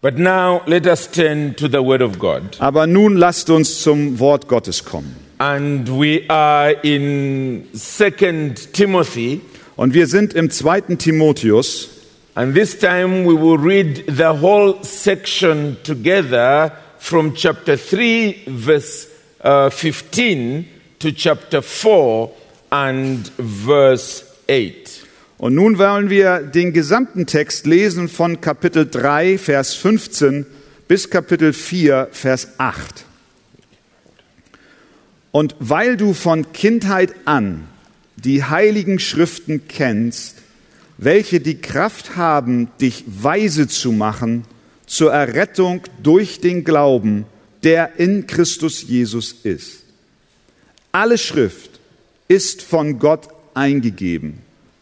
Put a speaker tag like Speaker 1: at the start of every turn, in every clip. Speaker 1: But now let us turn to the Word of God.
Speaker 2: Aber nun lasst uns zum Wort Gottes kommen.
Speaker 1: And we are in 2 Timothy.
Speaker 2: Und wir sind im zweiten Timotheus
Speaker 1: And this time we will read the whole section together from chapter 3, verse uh, 15 to chapter 4 and verse 8.
Speaker 2: und nun wollen wir den gesamten Text lesen von Kapitel 3 Vers 15 bis Kapitel 4 Vers 8. Und weil du von Kindheit an die heiligen Schriften kennst, welche die Kraft haben, dich weise zu machen zur Errettung durch den Glauben, der in Christus Jesus ist. Alle Schrift ist von Gott eingegeben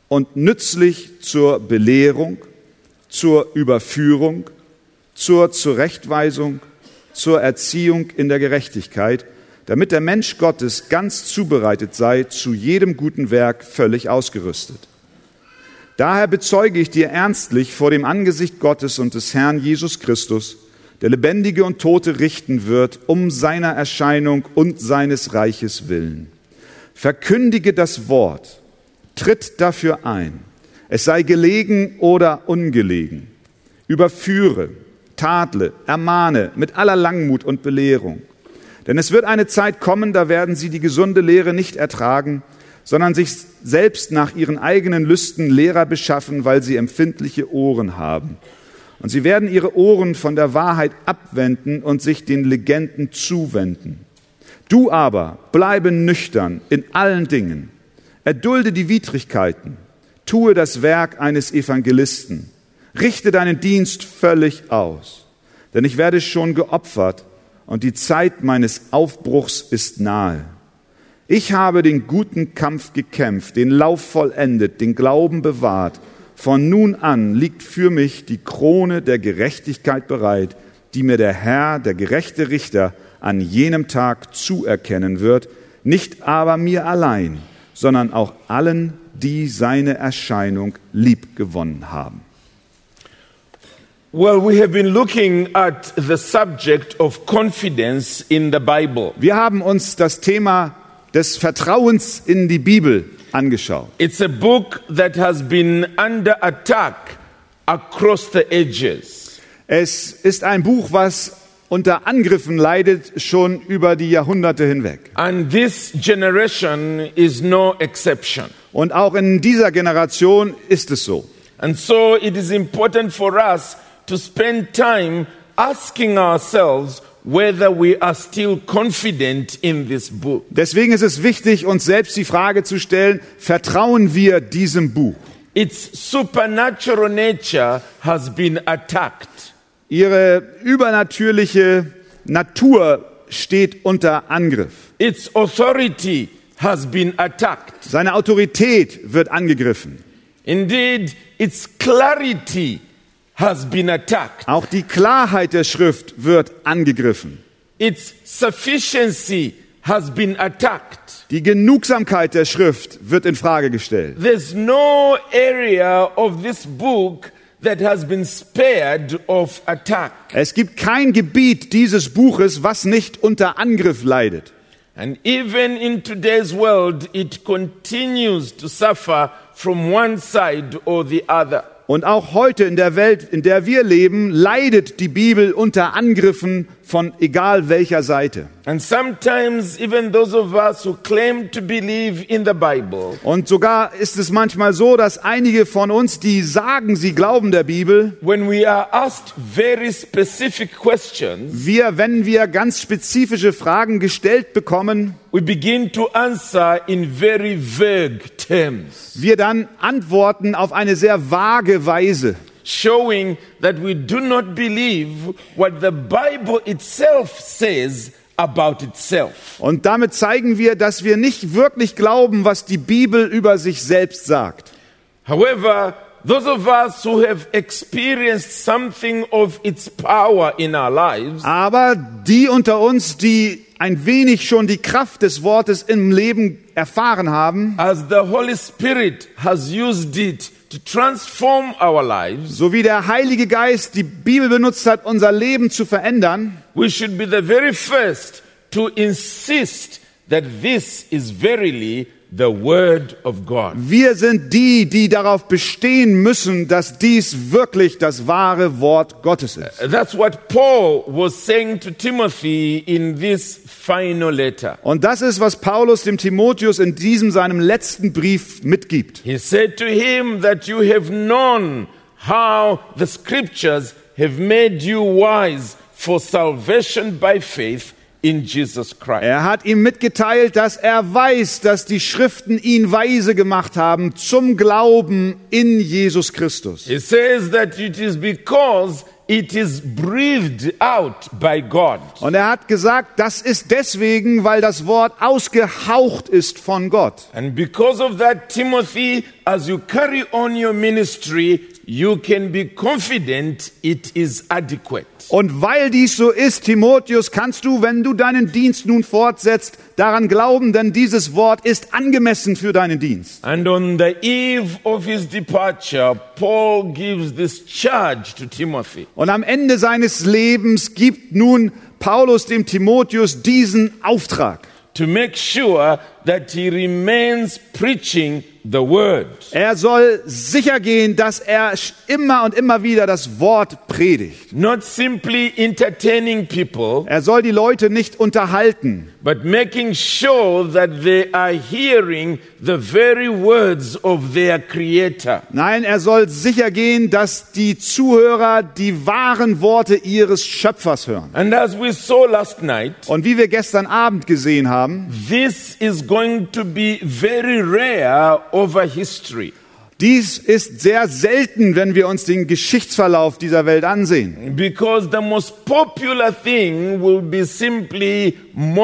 Speaker 2: und nützlich zur Belehrung, zur Überführung, zur Zurechtweisung, zur Erziehung in der Gerechtigkeit, damit der Mensch Gottes ganz zubereitet sei, zu jedem guten Werk völlig ausgerüstet. Daher bezeuge ich dir ernstlich vor dem Angesicht Gottes und des Herrn Jesus Christus, der Lebendige und Tote richten wird, um seiner Erscheinung und seines Reiches willen. Verkündige das Wort, tritt dafür ein, es sei gelegen oder ungelegen. Überführe, tadle, ermahne mit aller Langmut und Belehrung. Denn es wird eine Zeit kommen, da werden sie die gesunde Lehre nicht ertragen, sondern sich selbst nach ihren eigenen Lüsten Lehrer beschaffen, weil sie empfindliche Ohren haben. Und sie werden ihre Ohren von der Wahrheit abwenden und sich den Legenden zuwenden. Du aber bleibe nüchtern in allen Dingen, erdulde die Widrigkeiten, tue das Werk eines Evangelisten, richte deinen Dienst völlig aus, denn ich werde schon geopfert und die Zeit meines Aufbruchs ist nahe. Ich habe den guten Kampf gekämpft, den Lauf vollendet, den Glauben bewahrt. Von nun an liegt für mich die Krone der Gerechtigkeit bereit, die mir der Herr, der gerechte Richter, an jenem Tag zuerkennen wird, nicht aber mir allein, sondern auch allen, die seine Erscheinung lieb gewonnen haben.
Speaker 1: Well, we have been looking at the subject of confidence in the Bible.
Speaker 2: Wir haben uns das Thema des Vertrauens in die Bibel angeschaut.
Speaker 1: It's a book that has been under attack across the ages.
Speaker 2: Es ist ein Buch, was unter Angriffen leidet, schon über die Jahrhunderte hinweg.
Speaker 1: And this generation is no exception.
Speaker 2: Und auch in dieser Generation ist es so.
Speaker 1: And so it is important for us to spend time asking ourselves whether we are still confident in this book.
Speaker 2: Deswegen ist es wichtig, uns selbst die Frage zu stellen, vertrauen wir diesem Buch?
Speaker 1: Its supernatural nature has been attacked.
Speaker 2: Ihre übernatürliche Natur steht unter Angriff.
Speaker 1: Its authority has been attacked.
Speaker 2: Seine Autorität wird angegriffen.
Speaker 1: Indeed, its clarity has been attacked.
Speaker 2: Auch die Klarheit der Schrift wird angegriffen.
Speaker 1: Its sufficiency has been attacked.
Speaker 2: Die Genugsamkeit der Schrift wird in Frage gestellt.
Speaker 1: There's no area of this book that has been spared of attack.
Speaker 2: Es gibt kein Gebiet dieses Buches, was nicht unter Angriff leidet.
Speaker 1: And even in today's world, it continues to suffer from one side or the other.
Speaker 2: Und auch heute in der Welt, in der wir leben, leidet die Bibel unter Angriffen von egal welcher Seite.
Speaker 1: And sometimes, even those of us who claim to believe in the Bible
Speaker 2: Und sogar ist es manchmal so, dass einige von uns, die sagen, sie glauben der Bibel,
Speaker 1: when we are asked very specific questions,
Speaker 2: wir, wenn wir ganz spezifische Fragen gestellt bekommen,
Speaker 1: we begin to answer in very vague terms,
Speaker 2: wir dann antworten auf eine sehr vage Weise,
Speaker 1: showing that we do not believe what the Bible itself says about itself.
Speaker 2: Und damit zeigen wir, dass wir nicht wirklich glauben, was die Bibel über sich selbst sagt.
Speaker 1: However, those of us who have experienced something of its power in our lives
Speaker 2: Aber die unter uns, die ein wenig schon die Kraft des Wortes im Leben erfahren haben,
Speaker 1: as the Holy Spirit has used it to transform our lives,
Speaker 2: So wie der Heilige Geist die Bibel benutzt hat, unser Leben zu verändern,
Speaker 1: we should be the very first to insist that this is verily the Word of God.
Speaker 2: wir sind die, die darauf bestehen müssen, dass dies wirklich das wahre Wort Gottes ist.
Speaker 1: That's what Paul was saying to Timothy in this final letter.
Speaker 2: Und das ist, was Paulus dem Timotheus in diesem seinem letzten Brief mitgibt.
Speaker 1: He said to him that you have known how the scriptures have made you wise for salvation by faith in Jesus Christ.
Speaker 2: Er hat ihm mitgeteilt, dass er weiß, dass die Schriften ihn weise gemacht haben zum Glauben in Jesus Christus.
Speaker 1: He says that it is because it is breathed out by God.
Speaker 2: Und er hat gesagt, das ist deswegen, weil das Wort ausgehaucht ist von Gott.
Speaker 1: And because of that, Timothy, as you carry on your ministry, you can be confident it is adequate.
Speaker 2: Und weil dies so ist, Timotheus, kannst du, wenn du deinen Dienst nun fortsetzt, daran glauben, denn dieses Wort ist angemessen für deinen Dienst.
Speaker 1: And on the eve of his departure, Paul gives this charge to Timothy.
Speaker 2: Und am Ende seines Lebens gibt nun Paulus dem Timotheus diesen Auftrag.
Speaker 1: to make sure that he remains preaching the word.
Speaker 2: Er soll sicher gehen, dass er immer und immer wieder das Wort predigt.
Speaker 1: Not simply entertaining people,
Speaker 2: Er soll die Leute nicht unterhalten,
Speaker 1: but making sure that they are hearing the very words of their Creator.
Speaker 2: Nein, er soll sicher gehen, dass die Zuhörer die wahren Worte ihres Schöpfers hören.
Speaker 1: And as we saw last night,
Speaker 2: Und wie wir gestern Abend gesehen haben,
Speaker 1: this is going to be very rare over history
Speaker 2: dies ist sehr selten, wenn wir uns den Geschichtsverlauf dieser Welt ansehen.
Speaker 1: because the most popular thing will be simply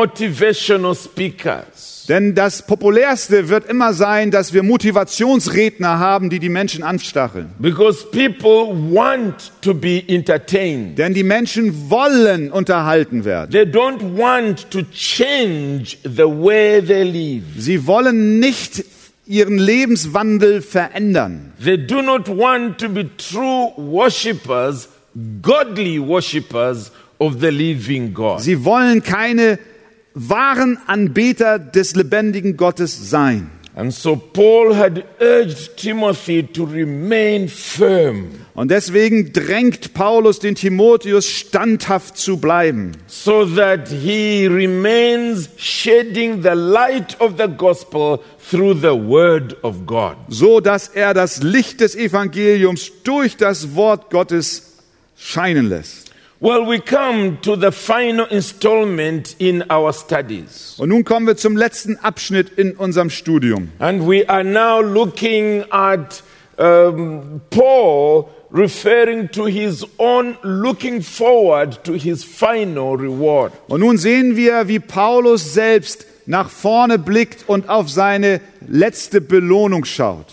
Speaker 1: motivational speakers.
Speaker 2: Denn das Populärste wird immer sein, dass wir Motivationsredner haben, die die Menschen anstacheln.
Speaker 1: Because people want to be entertained.
Speaker 2: Denn die Menschen wollen unterhalten werden.
Speaker 1: They don't want to change the way they live.
Speaker 2: Sie wollen nicht ihren Lebenswandel verändern.
Speaker 1: They do not want to be true worshippers, godly worshippers of the living God.
Speaker 2: Sie wollen keine wahren Anbeter des lebendigen Gottes sein.
Speaker 1: And so Paul had urged Timothy to remain firm
Speaker 2: Und deswegen drängt Paulus den Timotheus standhaft zu bleiben,
Speaker 1: so that he remains shedding the light of the gospel through the word of God.
Speaker 2: so dass er das Licht des Evangeliums durch das Wort Gottes scheinen lässt.
Speaker 1: Well, we come to the final installment in our studies.
Speaker 2: Und nun kommen wir zum letzten Abschnitt in unserem Studium.
Speaker 1: And we are now looking at um, Paul referring to his own looking forward to his final reward.
Speaker 2: Und nun sehen wir, wie Paulus selbst nach vorne blickt und auf seine letzte Belohnung schaut.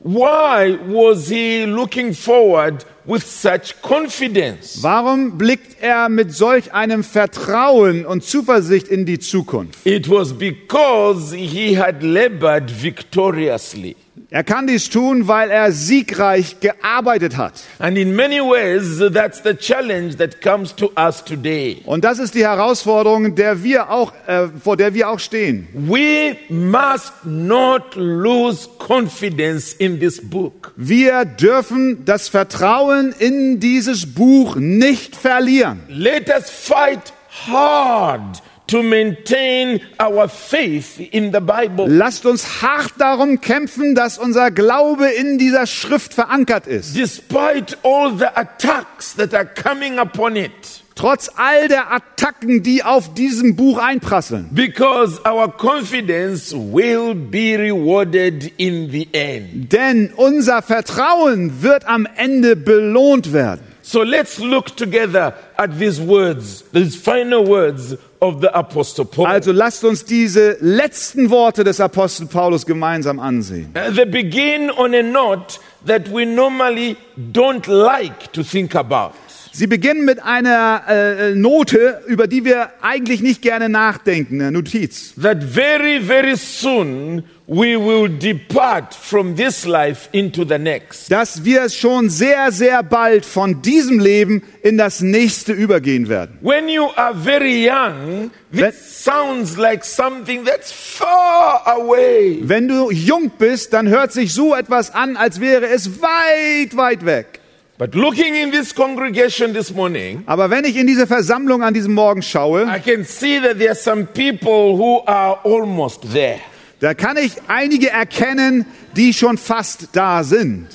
Speaker 1: Why was he looking forward with such confidence?
Speaker 2: Warum blickt er mit solch einem Vertrauen und Zuversicht in die Zukunft?
Speaker 1: It was because he had labored victoriously.
Speaker 2: Er kann dies tun, weil er siegreich gearbeitet hat.
Speaker 1: And in many ways, that's the challenge that comes to us today.
Speaker 2: Und das ist die Herausforderung, der wir auch, äh, vor der wir auch stehen.
Speaker 1: We must not lose confidence in this book.
Speaker 2: Wir dürfen das Vertrauen in dieses Buch nicht verlieren.
Speaker 1: Let us fight hard to maintain our faith in the Bible.
Speaker 2: Lasst uns hart darum kämpfen, dass unser Glaube in dieser Schrift verankert ist.
Speaker 1: Despite all the attacks that are coming upon it,
Speaker 2: Trotz all der Attacken, die auf diesem Buch einprasseln.
Speaker 1: because our confidence will be rewarded in the end.
Speaker 2: Denn unser Vertrauen wird am Ende belohnt werden.
Speaker 1: So let's look together at these words, these final words of the Apostle Paul.
Speaker 2: Also lasst uns diese letzten Worte des Apostel Paulus gemeinsam ansehen.
Speaker 1: Uh, they begin on a note that we normally don't like to think about.
Speaker 2: Sie beginnen mit einer äh, Note, über die wir eigentlich nicht gerne nachdenken, eine Notiz.
Speaker 1: that very, very soon we will depart from this life into the next.
Speaker 2: Dass wir schon sehr, sehr bald von diesem Leben in das nächste übergehen werden.
Speaker 1: When you are very young, this
Speaker 2: That-
Speaker 1: sounds like something that's far away.
Speaker 2: Wenn du jung bist, dann hört sich so etwas an, als wäre es weit, weit weg.
Speaker 1: But looking in this congregation this morning,
Speaker 2: Aber wenn ich in diese Versammlung an diesem Morgen schaue,
Speaker 1: I can see that there are some people who are almost there.
Speaker 2: da kann ich einige erkennen, die schon fast da sind.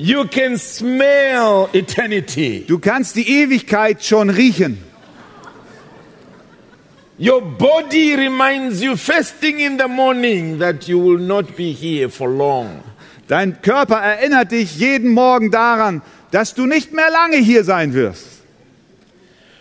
Speaker 1: You can smell eternity.
Speaker 2: Du kannst die Ewigkeit schon riechen.
Speaker 1: Your body reminds you first thing in the morning that you will not be here for long.
Speaker 2: Dein Körper erinnert dich jeden Morgen daran, dass du nicht mehr lange hier sein wirst.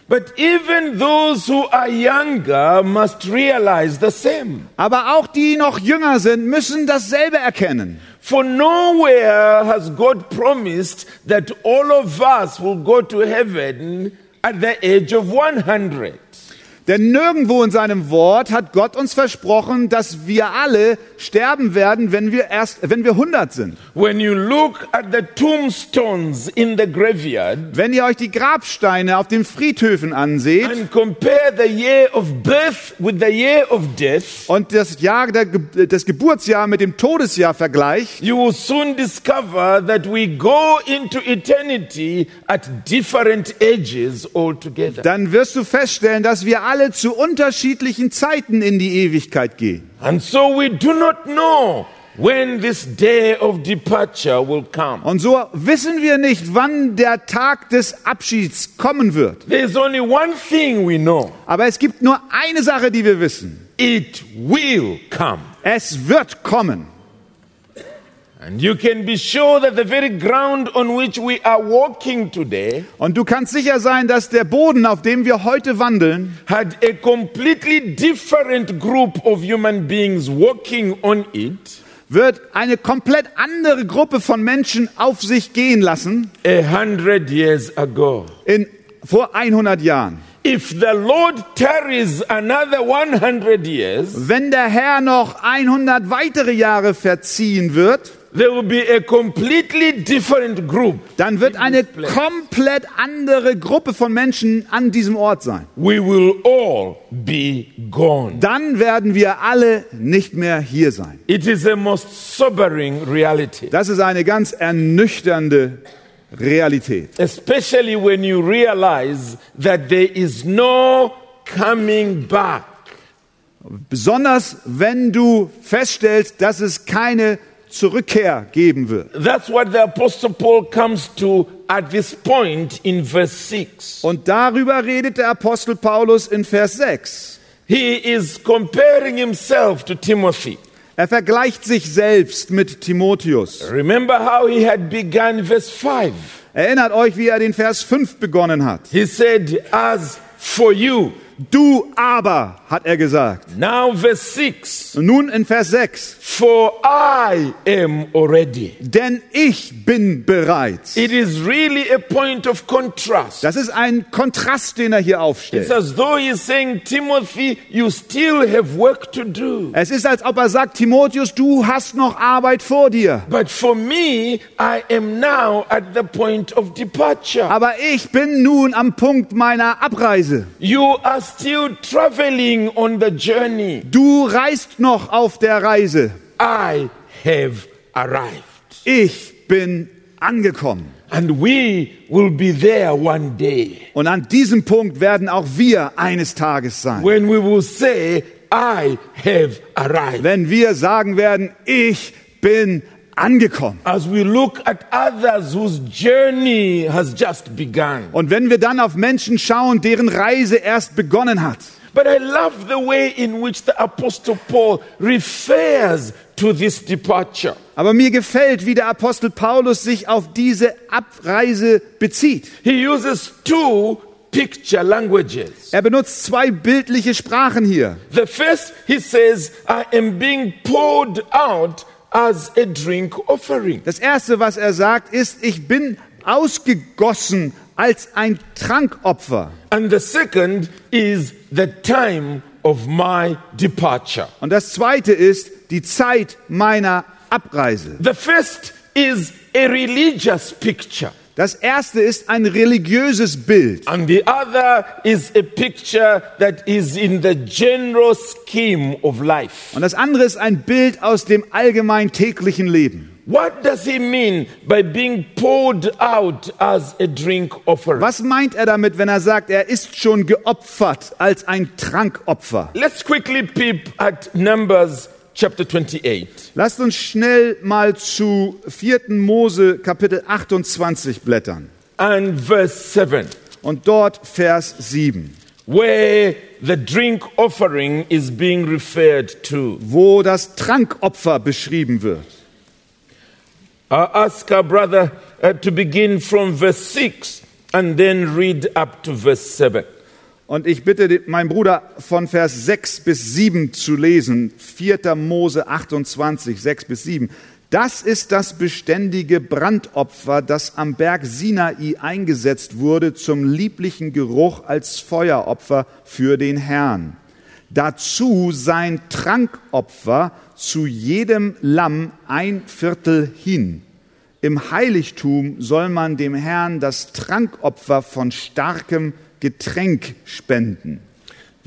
Speaker 1: But even those who are younger must realize the same.
Speaker 2: Aber auch die noch jünger sind, müssen dasselbe erkennen.
Speaker 1: For nowhere has God promised that all of us will go to heaven at the age of 100.
Speaker 2: Denn nirgendwo in seinem Wort hat Gott uns versprochen, dass wir alle sterben werden, wenn wir erst, wenn wir 100 sind.
Speaker 1: When you look at the tombstones in the graveyard
Speaker 2: Wenn ihr euch die Grabsteine auf den Friedhöfen anseht
Speaker 1: and compare the year of birth with the year of death,
Speaker 2: und das Jahr, der, Ge- das Geburtsjahr mit dem Todesjahr vergleicht,
Speaker 1: you will soon discover that we go into eternity at different ages altogether.
Speaker 2: dann wirst du feststellen, dass wir alle zu unterschiedlichen Zeiten in die Ewigkeit gehen.
Speaker 1: And so we do not know when this day of departure will come.
Speaker 2: Und so wissen wir nicht, wann der Tag des Abschieds kommen wird.
Speaker 1: There's only one thing we know
Speaker 2: Aber es gibt nur eine Sache, die wir wissen.
Speaker 1: it will come.
Speaker 2: Es wird kommen.
Speaker 1: And you can be sure that the very ground on which we are walking today
Speaker 2: Und du kannst sicher sein, dass der Boden, auf dem wir heute wandeln,
Speaker 1: had a completely different group of human beings walking on it
Speaker 2: wird eine komplett andere Gruppe von Menschen auf sich gehen lassen
Speaker 1: a hundred years ago.
Speaker 2: in vor 100 Jahren.
Speaker 1: If the Lord tarries another 100 years,
Speaker 2: Wenn der Herr noch 100 weitere Jahre verziehen wird,
Speaker 1: there will be a completely different group
Speaker 2: dann wird eine komplett andere Gruppe von Menschen an diesem Ort sein.
Speaker 1: we will all be gone.
Speaker 2: Dann werden wir alle nicht mehr hier sein.
Speaker 1: It is a most sobering reality,
Speaker 2: Das ist eine ganz ernüchternde Realität.
Speaker 1: especially when you realize that there is no coming back.
Speaker 2: Besonders wenn du feststellst, dass es keine Zurückkehr geben wird.
Speaker 1: That's what the Apostle Paul comes to at this point in verse 6.
Speaker 2: Und darüber redet der Apostel Paulus in Vers 6.
Speaker 1: He is comparing himself to Timothy.
Speaker 2: Er vergleicht sich selbst mit Timotheus.
Speaker 1: Remember how he had begun verse 5.
Speaker 2: Erinnert euch, wie er den Vers 5 begonnen hat.
Speaker 1: He said, As for you.
Speaker 2: Du aber, hat er gesagt.
Speaker 1: Now, verse 6.
Speaker 2: Und nun in Vers 6.
Speaker 1: For I am already.
Speaker 2: Denn ich bin bereit.
Speaker 1: It is really a point of contrast.
Speaker 2: Das ist ein Kontrast, den er hier
Speaker 1: It's
Speaker 2: aufstellt.
Speaker 1: as though he's saying, Timothy, you still have work to do.
Speaker 2: Es ist, als ob er sagt, Timotheus, du hast noch Arbeit vor dir.
Speaker 1: But for me, I am now at the point of departure.
Speaker 2: Aber ich bin nun am Punkt meiner Abreise.
Speaker 1: You are still traveling on the journey.
Speaker 2: Du reist noch auf der Reise.
Speaker 1: I have arrived.
Speaker 2: Ich bin angekommen.
Speaker 1: And we will be there one day
Speaker 2: Und an diesem Punkt werden auch wir eines Tages sein.
Speaker 1: when we will say, I have arrived.
Speaker 2: Wenn wir sagen werden, ich bin angekommen.
Speaker 1: As we look at others whose journey has just begun.
Speaker 2: Und wenn wir dann auf Menschen schauen, deren Reise erst begonnen hat.
Speaker 1: But I love the way in which the Apostle Paul refers to this departure.
Speaker 2: Aber mir gefällt, wie der Apostel Paulus sich auf diese Abreise bezieht.
Speaker 1: He uses two picture languages.
Speaker 2: Er benutzt zwei bildliche Sprachen hier.
Speaker 1: The first, he says, I am being poured out as a drink offering.
Speaker 2: Das erste, was er sagt, ist, ich bin ausgegossen als ein Trankopfer.
Speaker 1: And the second is the time of my departure.
Speaker 2: Und das zweite ist die Zeit meiner Abreise.
Speaker 1: The first is a religious picture,
Speaker 2: Das erste ist ein religiöses Bild.
Speaker 1: and the other is a picture that is in the general scheme of life.
Speaker 2: Und das andere ist ein Bild aus dem allgemein täglichen Leben.
Speaker 1: What does he mean by being poured out as a drink offering?
Speaker 2: Was meint er damit, wenn er sagt, er ist schon geopfert als ein Trankopfer?
Speaker 1: Let's quickly peep at Numbers chapter 28.
Speaker 2: Lasst uns schnell mal zu 4. Mose Kapitel 28 blättern.
Speaker 1: and verse 7,
Speaker 2: Und dort Vers 7,
Speaker 1: where the drink offering is being referred to.
Speaker 2: wo das Trankopfer beschrieben wird.
Speaker 1: I ask our brother uh, to begin from verse 6 and then read up to verse 7.
Speaker 2: Und ich bitte den- meinen Bruder von Vers 6 bis 7 zu lesen. 4. Mose 28, 6 bis 7. Das ist das beständige Brandopfer, das am Berg Sinai eingesetzt wurde zum lieblichen Geruch als Feueropfer für den Herrn. Dazu sein Trankopfer zu jedem Lamm ein Viertel hin. Im Heiligtum soll man dem Herrn das Trankopfer von starkem Getränk spenden.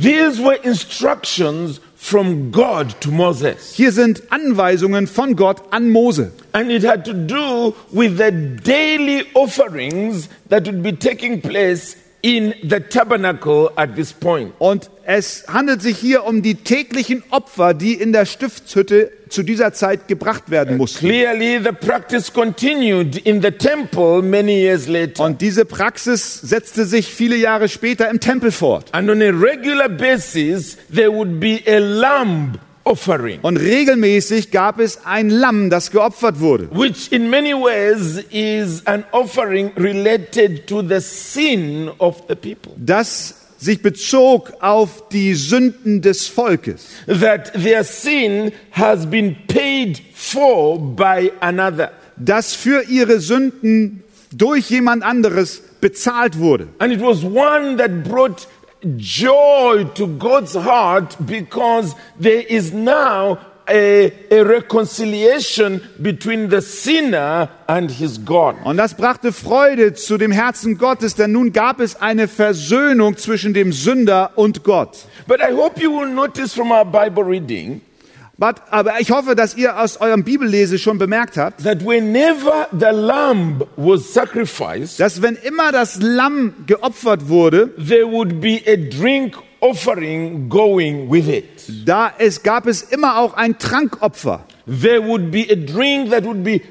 Speaker 1: These were instructions from God to Moses,
Speaker 2: Hier sind Anweisungen von Gott an Mose.
Speaker 1: and it had to do with the daily offerings that would be taking place in the tabernacle at this point.
Speaker 2: Und es handelt sich hier um die täglichen Opfer, die in der Stiftshütte zu dieser Zeit gebracht werden mussten.
Speaker 1: Clearly, the practice continued in the temple many years later.
Speaker 2: Und diese Praxis setzte sich viele Jahre später im Tempel fort.
Speaker 1: And on a regular basis, there would be a lamb offering,
Speaker 2: Und regelmäßig gab es ein Lamm, das geopfert wurde.
Speaker 1: which in many ways is an offering related to the sin of the people.
Speaker 2: das sich bezog auf die Sünden des Volkes.
Speaker 1: That their sin has been paid for by another.
Speaker 2: das für ihre Sünden durch jemand anderes bezahlt wurde.
Speaker 1: And it was one that brought joy to God's heart because there is now a, a reconciliation between the sinner and his God.
Speaker 2: Und das brachte Freude zu dem Herzen Gottes, denn nun gab es eine Versöhnung zwischen dem Sünder und Gott.
Speaker 1: But I hope you will notice from our Bible reading
Speaker 2: But, aber ich hoffe, dass ihr aus eurem Bibellese schon bemerkt habt,
Speaker 1: that whenever the lamb was sacrificed,
Speaker 2: dass wenn immer das Lamm geopfert wurde,
Speaker 1: there would be a drink offering going with it.
Speaker 2: da es gab es immer auch ein Trankopfer.
Speaker 1: There would be a drink that would be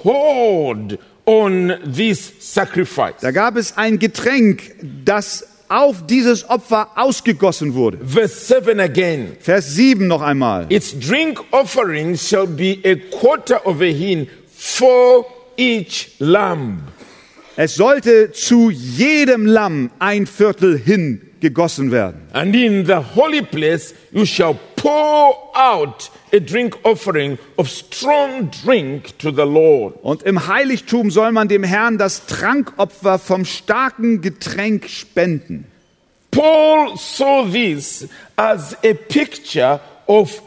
Speaker 1: poured on this sacrifice.
Speaker 2: Da gab es ein Getränk, das auf dieses Opfer ausgegossen wurde.
Speaker 1: Verse 7 again.
Speaker 2: Vers 7 noch einmal.
Speaker 1: Its drink offering shall be a quarter of a hin for each lamb.
Speaker 2: Es sollte zu jedem Lamm ein Viertel hingegossen werden.
Speaker 1: And in the holy place you shall pour out a drink offering of strong drink to the Lord.
Speaker 2: Und im Heiligtum soll man dem Herrn das Trankopfer vom starken Getränk spenden.
Speaker 1: Paul saw this as a picture of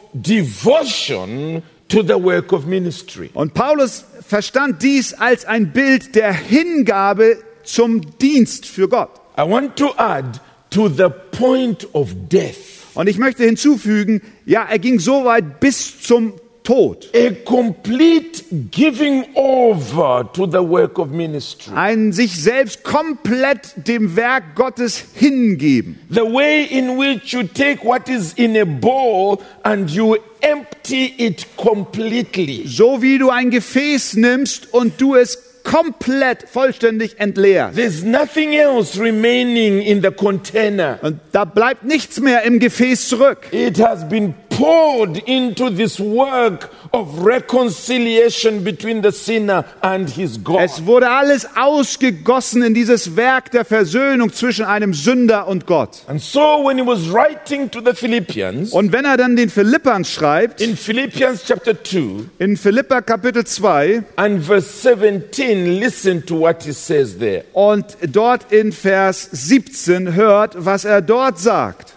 Speaker 1: devotion to the work of ministry.
Speaker 2: Und Paulus verstand dies als ein Bild der Hingabe zum Dienst für Gott.
Speaker 1: I want to add to the point of death,
Speaker 2: Und ich möchte hinzufügen, ja, er ging so weit bis zum Tod.
Speaker 1: a complete giving over to the work of ministry.
Speaker 2: Ein sich selbst komplett dem Werk Gottes hingeben.
Speaker 1: The way in which you take what is in a bowl and you empty it completely.
Speaker 2: So wie du ein Gefäß nimmst und du es komplett vollständig entleerst.
Speaker 1: There's nothing else remaining in the container.
Speaker 2: Und da bleibt nichts mehr im Gefäß zurück.
Speaker 1: It has been poured into this work of reconciliation between the sinner and his God.
Speaker 2: Es wurde alles ausgegossen in dieses Werk der Versöhnung zwischen einem Sünder und Gott.
Speaker 1: and so when he was writing to the Philippians,
Speaker 2: Und wenn er dann den Philippern schreibt,
Speaker 1: in Philippians chapter 2
Speaker 2: in Philippa Kapitel 2
Speaker 1: and verse 17, listen to what he says there.
Speaker 2: und dort in Vers 17 hört, was er dort sagt.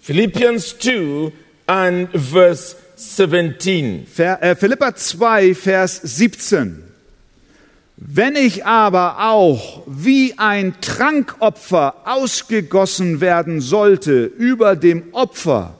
Speaker 1: Philippians 2 and verse 17.
Speaker 2: Ver, äh, Philippa 2, Vers 17. Wenn ich aber auch wie ein Trankopfer ausgegossen werden sollte über dem Opfer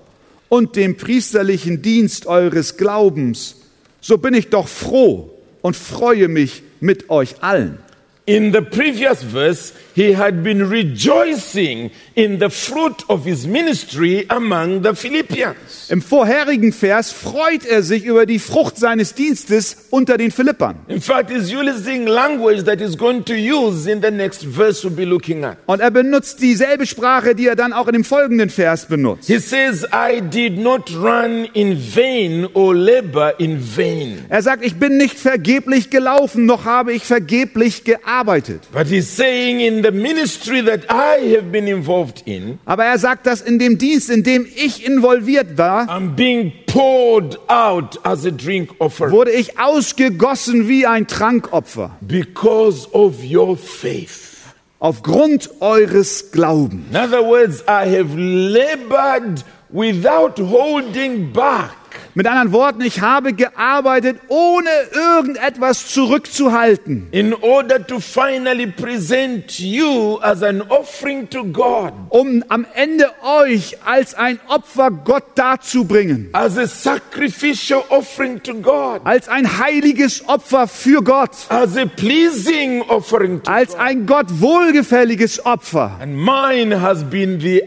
Speaker 2: und dem priesterlichen Dienst eures Glaubens, so bin ich doch froh und freue mich mit euch allen.
Speaker 1: In the previous verse, he had been rejoicing in the fruit of his ministry among the Philippians.
Speaker 2: Im vorherigen Vers freut er sich über die Frucht seines Dienstes unter den Philippern.
Speaker 1: In fact, he's using language that he's going to use in the next verse we'll be looking at.
Speaker 2: Und er benutzt dieselbe Sprache, die er dann auch in dem folgenden Vers benutzt.
Speaker 1: He says, I did not run in vain or labor in vain.
Speaker 2: Er sagt, ich bin nicht vergeblich gelaufen, noch habe ich vergeblich gearbeitet.
Speaker 1: But he's saying in the ministry that I have been involved in,
Speaker 2: Aber er sagt, dass in dem Dienst, in dem ich involviert war,
Speaker 1: I'm being poured out as a drink offering
Speaker 2: wurde ich ausgegossen wie ein Trankopfer.
Speaker 1: because of your faith.
Speaker 2: Aufgrund eures Glauben.
Speaker 1: In other words, I have labored without holding back.
Speaker 2: Mit anderen Worten, ich habe gearbeitet, ohne irgendetwas zurückzuhalten,
Speaker 1: In order to finally present you as an offering to God,
Speaker 2: um am Ende euch als ein Opfer Gott darzubringen.
Speaker 1: as a sacrificial offering to God,
Speaker 2: Als ein heiliges Opfer für Gott.
Speaker 1: as a pleasing offering to
Speaker 2: Als ein Gott wohlgefälliges Opfer.
Speaker 1: And mine has been the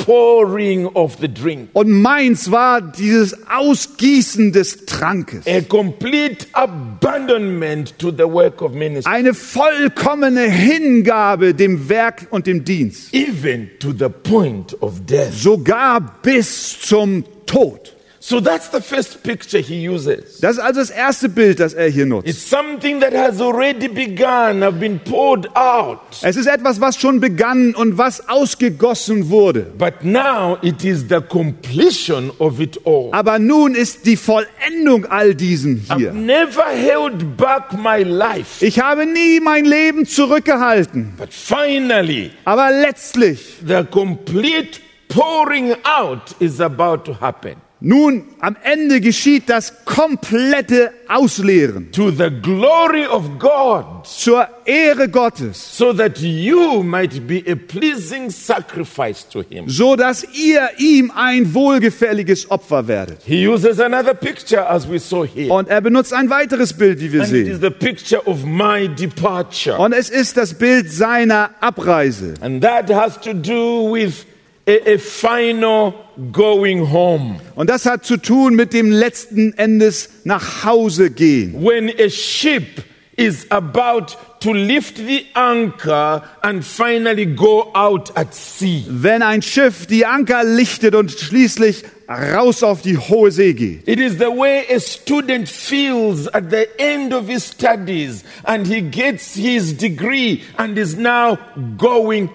Speaker 1: outpouring of the drink,
Speaker 2: Und meins war dieses Ausgießen des Trankes.
Speaker 1: a complete abandonment to the work of ministry,
Speaker 2: Eine vollkommene Hingabe dem Werk und dem Dienst.
Speaker 1: even to the point of death.
Speaker 2: Sogar bis zum Tod.
Speaker 1: So that's the first picture he uses.
Speaker 2: Das ist also das erste Bild, das er hier nutzt.
Speaker 1: It's something that has already begun, have been poured out,
Speaker 2: Es ist etwas, was schon begann und was ausgegossen wurde.
Speaker 1: but now it is the completion of it all.
Speaker 2: Aber nun ist die Vollendung all diesen
Speaker 1: I've
Speaker 2: hier.
Speaker 1: never held back my life,
Speaker 2: Ich habe nie mein Leben zurückgehalten.
Speaker 1: but finally,
Speaker 2: Aber letztlich,
Speaker 1: the complete pouring out is about to happen.
Speaker 2: nun am Ende geschieht das komplette Ausleeren.
Speaker 1: to the glory of God,
Speaker 2: zur Ehre Gottes,
Speaker 1: so that you might be a pleasing sacrifice to Him.
Speaker 2: so dass ihr ihm ein wohlgefälliges Opfer werdet.
Speaker 1: He uses another picture as we saw here.
Speaker 2: Und er benutzt ein weiteres Bild, wie wir
Speaker 1: And it is
Speaker 2: sehen.
Speaker 1: the picture of my departure.
Speaker 2: Und es ist das Bild seiner Abreise.
Speaker 1: And that has to do with a, a final going home.
Speaker 2: Und das hat zu tun mit dem letzten Endes nach Hause gehen.
Speaker 1: When a ship is about to lift the anchor and finally go out at sea.
Speaker 2: Wenn ein Schiff die Anker lichtet und schließlich raus auf die hohe See geht.
Speaker 1: It is the way a student feels at the end of his studies and he gets his degree and is now going home.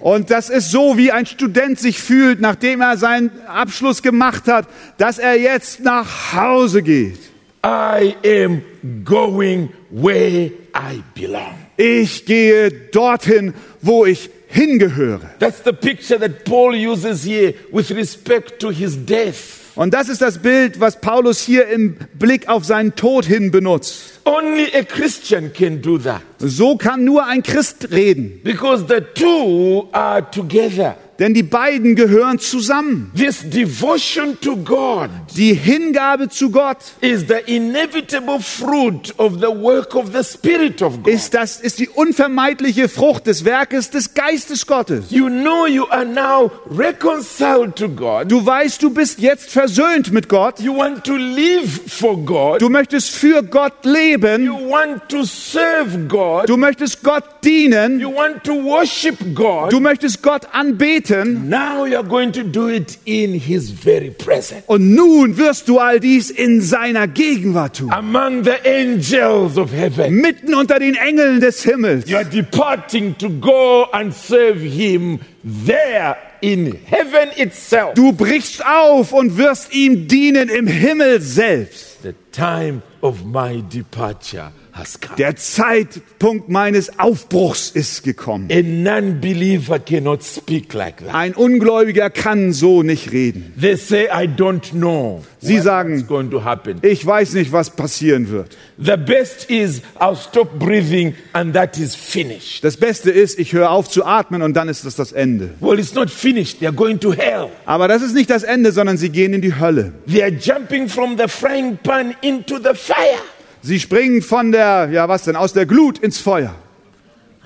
Speaker 2: Und das ist so, wie ein Student sich fühlt, nachdem er seinen Abschluss gemacht hat, dass er jetzt nach Hause geht.
Speaker 1: I am going where I belong.
Speaker 2: Ich gehe dorthin, wo ich hingehöre.
Speaker 1: That's the picture that Paul uses here with respect to his death.
Speaker 2: Und das ist das Bild, was Paulus hier im Blick auf seinen Tod hin benutzt.
Speaker 1: Only a Christian can do that
Speaker 2: So kann nur ein Christ reden,
Speaker 1: because the two are together.
Speaker 2: denn die beiden gehören zusammen.
Speaker 1: This devotion to God
Speaker 2: Die Hingabe zu Gott
Speaker 1: is the inevitable fruit of the work of the Spirit of God.
Speaker 2: ist das ist die unvermeidliche Frucht des Werkes des Geistes Gottes.
Speaker 1: You know you are now reconciled to God.
Speaker 2: Du weißt, du bist jetzt versöhnt mit Gott.
Speaker 1: You want to live for God.
Speaker 2: Du möchtest für Gott
Speaker 1: You
Speaker 2: leben.
Speaker 1: want to serve God.
Speaker 2: Du möchtest Gott dienen.
Speaker 1: You want to worship God.
Speaker 2: Du möchtest Gott beten
Speaker 1: Now you're going to do it in his very presence.
Speaker 2: und nun wirst du all dies in seiner Gegenwart tun.
Speaker 1: Among the angels of heaven,
Speaker 2: Mitten unter den Engeln des Himmels.
Speaker 1: you are departing to go and save him there in heaven itself.
Speaker 2: Du brichst auf und wirst ihm dienen im Himmel selbst.
Speaker 1: The time of my departure has come.
Speaker 2: Der Zeitpunkt meines Aufbruchs ist gekommen.
Speaker 1: A non believer cannot speak like that.
Speaker 2: Ein Ungläubiger kann so nicht reden.
Speaker 1: They say, I don't know
Speaker 2: Sie
Speaker 1: what-
Speaker 2: sagen-
Speaker 1: what's going to happen.
Speaker 2: Ich weiß nicht, was passieren wird.
Speaker 1: The best is, I'll stop breathing and that is finished.
Speaker 2: Das Beste ist, ich höre auf zu atmen und dann ist das das Ende.
Speaker 1: Well, it's not finished. They're going to hell.
Speaker 2: Aber das ist nicht das Ende, sondern sie gehen in die Hölle.
Speaker 1: They are jumping from the frying pan into the fire.
Speaker 2: Sie springen von der, ja was denn, aus der Glut ins Feuer.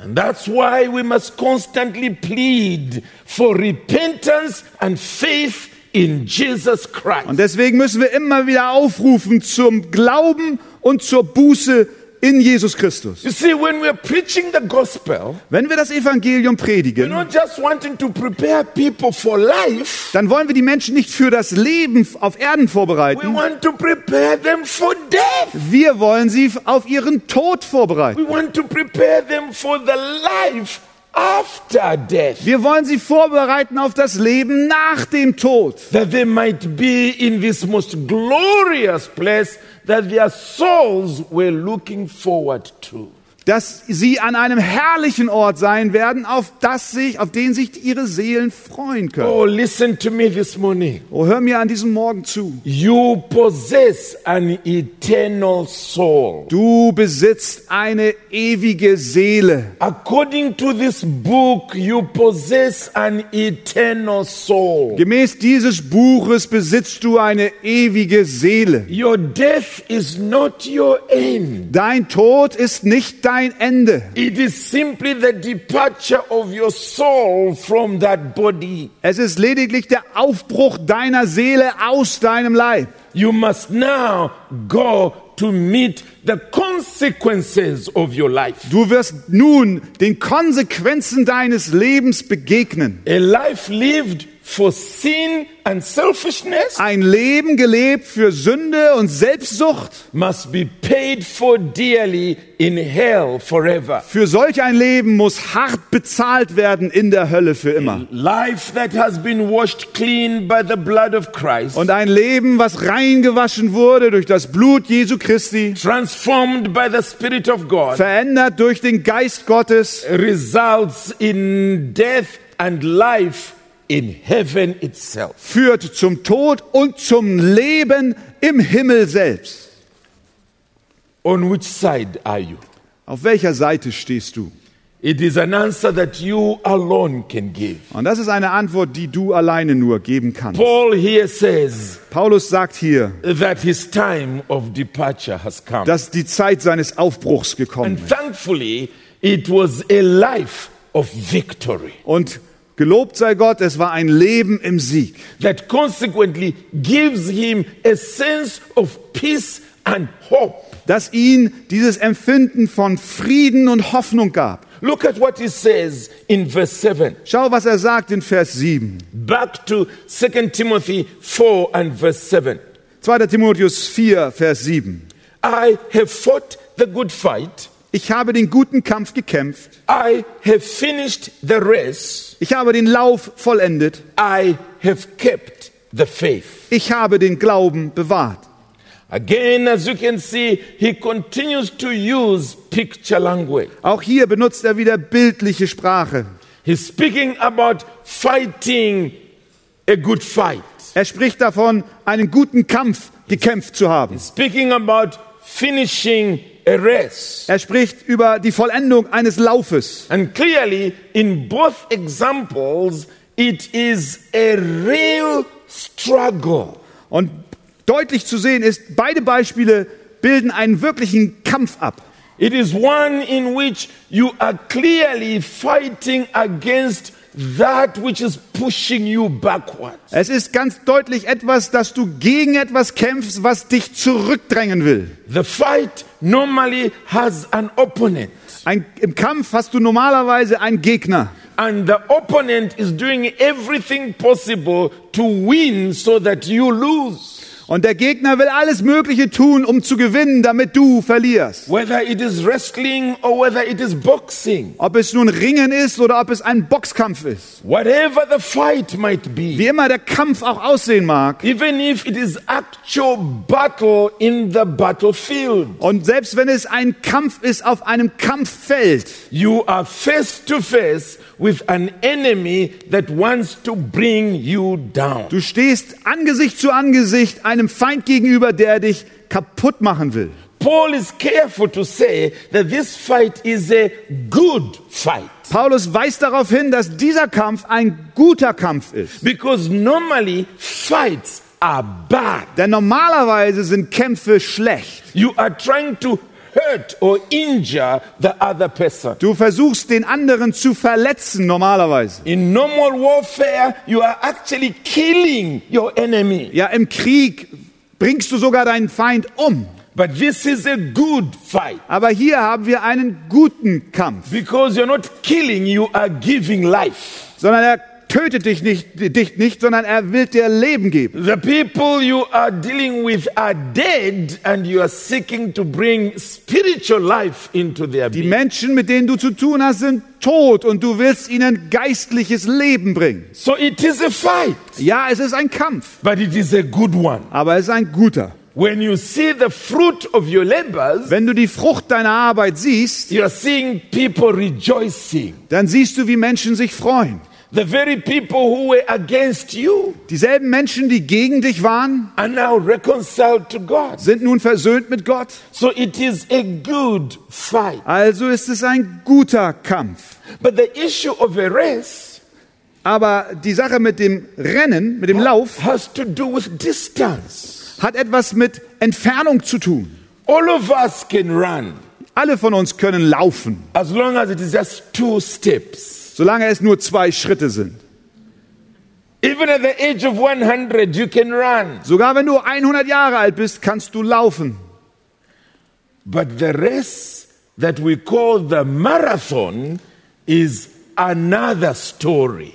Speaker 1: And that's why we must constantly plead for repentance and faith in Jesus Christ.
Speaker 2: Und deswegen müssen wir immer wieder aufrufen zum Glauben und zur Buße in Jesus Christus.
Speaker 1: You see, when we're preaching the gospel,
Speaker 2: Wenn wir das Evangelium predigen,
Speaker 1: we're not just wanting to prepare people for life,
Speaker 2: dann wollen wir die Menschen nicht für das Leben auf Erden
Speaker 1: we
Speaker 2: vorbereiten.
Speaker 1: want to prepare them for death.
Speaker 2: Wir wollen sie auf ihren Tod vorbereiten.
Speaker 1: We want to prepare them for the life after death,
Speaker 2: Wir wollen sie vorbereiten auf das Leben nach dem Tod,
Speaker 1: that they might be in this most glorious place that their souls were looking forward to.
Speaker 2: dass sie an einem herrlichen Ort sein werden, auf, das sich, auf den sich ihre Seelen freuen können.
Speaker 1: Oh, listen to me this morning.
Speaker 2: Oh, hör mir an diesem Morgen zu.
Speaker 1: You possess an eternal soul.
Speaker 2: Du besitzt eine ewige Seele.
Speaker 1: According to this book, you possess an eternal soul.
Speaker 2: Gemäß dieses Buches besitzt du eine ewige Seele.
Speaker 1: Your death is not your end.
Speaker 2: Dein Tod ist nicht dein Ende.
Speaker 1: It is simply the departure of your soul from that body.
Speaker 2: Es ist lediglich der Aufbruch deiner Seele aus deinem Leib.
Speaker 1: You must now go to meet the consequences of your life.
Speaker 2: Du wirst nun den Konsequenzen deines Lebens begegnen.
Speaker 1: A life lived for sin and selfishness
Speaker 2: Ein Leben gelebt für Sünde und Selbstsucht.
Speaker 1: must be paid for dearly in hell forever.
Speaker 2: Für solch ein Leben muss hart bezahlt werden in der Hölle für immer.
Speaker 1: Life that has been washed clean by the blood of Christ,
Speaker 2: Und ein Leben, was reingewaschen wurde durch das Blut Jesu Christi,
Speaker 1: transformed by the Spirit of God,
Speaker 2: verändert durch den Geist Gottes,
Speaker 1: results in death and life in heaven itself.
Speaker 2: führt zum Tod und zum Leben im Himmel selbst.
Speaker 1: On which side are you?
Speaker 2: Auf welcher Seite stehst du?
Speaker 1: It is an answer that you alone can give.
Speaker 2: Und das ist eine Antwort, die du alleine nur geben kannst.
Speaker 1: Paul here says
Speaker 2: Paulus sagt hier,
Speaker 1: that his time of departure has come.
Speaker 2: dass die Zeit seines Aufbruchs gekommen
Speaker 1: and
Speaker 2: ist.
Speaker 1: thankfully, it was a life of victory
Speaker 2: Und gelobt sei Gott, es war ein Leben im Sieg,
Speaker 1: that consequently gives him a sense of peace and hope.
Speaker 2: das ihn dieses Empfinden von Frieden und Hoffnung gab.
Speaker 1: Look at what he says in verse 7.
Speaker 2: Schau, was er sagt in Vers 7.
Speaker 1: Back to 2 Timothy 4 and verse 7.
Speaker 2: 2. Timotheus 4, Vers 7.
Speaker 1: I have fought the good fight.
Speaker 2: Ich habe den guten Kampf gekämpft.
Speaker 1: I have finished the race.
Speaker 2: Ich habe den Lauf vollendet.
Speaker 1: I have kept the faith.
Speaker 2: Ich habe den Glauben bewahrt.
Speaker 1: Again, as you can see, he continues to use picture language.
Speaker 2: Auch hier benutzt er wieder bildliche Sprache.
Speaker 1: He's speaking about fighting a good fight,
Speaker 2: Er spricht davon, einen guten Kampf gekämpft zu haben.
Speaker 1: speaking about finishing a race.
Speaker 2: Er spricht über die Vollendung eines Laufes.
Speaker 1: And clearly, in both examples, it is a real struggle.
Speaker 2: Und deutlich zu sehen ist, beide Beispiele bilden einen wirklichen Kampf ab.
Speaker 1: It is one in which you are clearly fighting against that which is pushing you backwards.
Speaker 2: Es ist ganz deutlich etwas, dass du gegen etwas kämpfst, was dich zurückdrängen will.
Speaker 1: The fight normally has an opponent.
Speaker 2: Ein, Im Kampf hast du normalerweise einen Gegner.
Speaker 1: and the opponent is doing everything possible to win so that you lose.
Speaker 2: Und der Gegner will alles Mögliche tun, um zu gewinnen, damit du verlierst.
Speaker 1: Whether it is wrestling or whether it is boxing,
Speaker 2: Ob es nun Ringen ist oder ob es ein Boxkampf ist.
Speaker 1: whatever the fight might be,
Speaker 2: Wie immer der Kampf auch aussehen mag.
Speaker 1: even if it is actual battle in the battlefield,
Speaker 2: Und selbst wenn es ein Kampf ist auf einem Kampffeld,
Speaker 1: you are face to face with an enemy that wants to bring you down.
Speaker 2: du stehst Angesicht zu Angesicht einem Feind gegenüber, der dich kaputt machen will.
Speaker 1: Paul is careful to say that this fight is a good fight.
Speaker 2: Paulus weist darauf hin, dass dieser Kampf ein guter Kampf ist.
Speaker 1: Because normally fights are bad.
Speaker 2: Denn normalerweise sind Kämpfe schlecht.
Speaker 1: You are trying to hurt or injure the other person.
Speaker 2: Du versuchst den anderen zu verletzen normalerweise.
Speaker 1: In normal warfare, you are actually killing your enemy.
Speaker 2: Ja, im Krieg bringst du sogar deinen Feind um.
Speaker 1: But this is a good fight
Speaker 2: Aber hier haben wir einen guten Kampf,
Speaker 1: because you're not killing, you are giving life.
Speaker 2: sondern er tötet dich nicht, dich nicht, sondern er will dir Leben geben.
Speaker 1: The people you are dealing with are dead and you are seeking to bring spiritual life into their
Speaker 2: Die
Speaker 1: being.
Speaker 2: Menschen, mit denen du zu tun hast, sind tot und du willst ihnen geistliches Leben bringen.
Speaker 1: So it is a fight,
Speaker 2: Ja, es ist ein Kampf,
Speaker 1: but it is a good one.
Speaker 2: aber es ist ein guter.
Speaker 1: When you see the fruit of your labors,
Speaker 2: Wenn du die Frucht deiner Arbeit siehst,
Speaker 1: You're seeing people rejoicing.
Speaker 2: dann siehst du, wie Menschen sich freuen.
Speaker 1: The very people who were against you
Speaker 2: Dieselben Menschen, die gegen dich waren,
Speaker 1: are now reconciled to God.
Speaker 2: sind nun versöhnt mit Gott.
Speaker 1: So it is a good fight.
Speaker 2: Also ist es ein guter Kampf.
Speaker 1: But the issue of a race
Speaker 2: Aber die Sache mit dem Rennen, mit dem Lauf,
Speaker 1: has to do with distance.
Speaker 2: hat etwas mit Entfernung zu tun.
Speaker 1: All of us can run
Speaker 2: Alle von uns können laufen,
Speaker 1: as long as it is just two steps.
Speaker 2: solange es nur zwei Schritte sind.
Speaker 1: Even at the age of 100, you can run.
Speaker 2: Sogar wenn du 100 Jahre alt bist, kannst du laufen.
Speaker 1: But the race that we call the marathon is another story.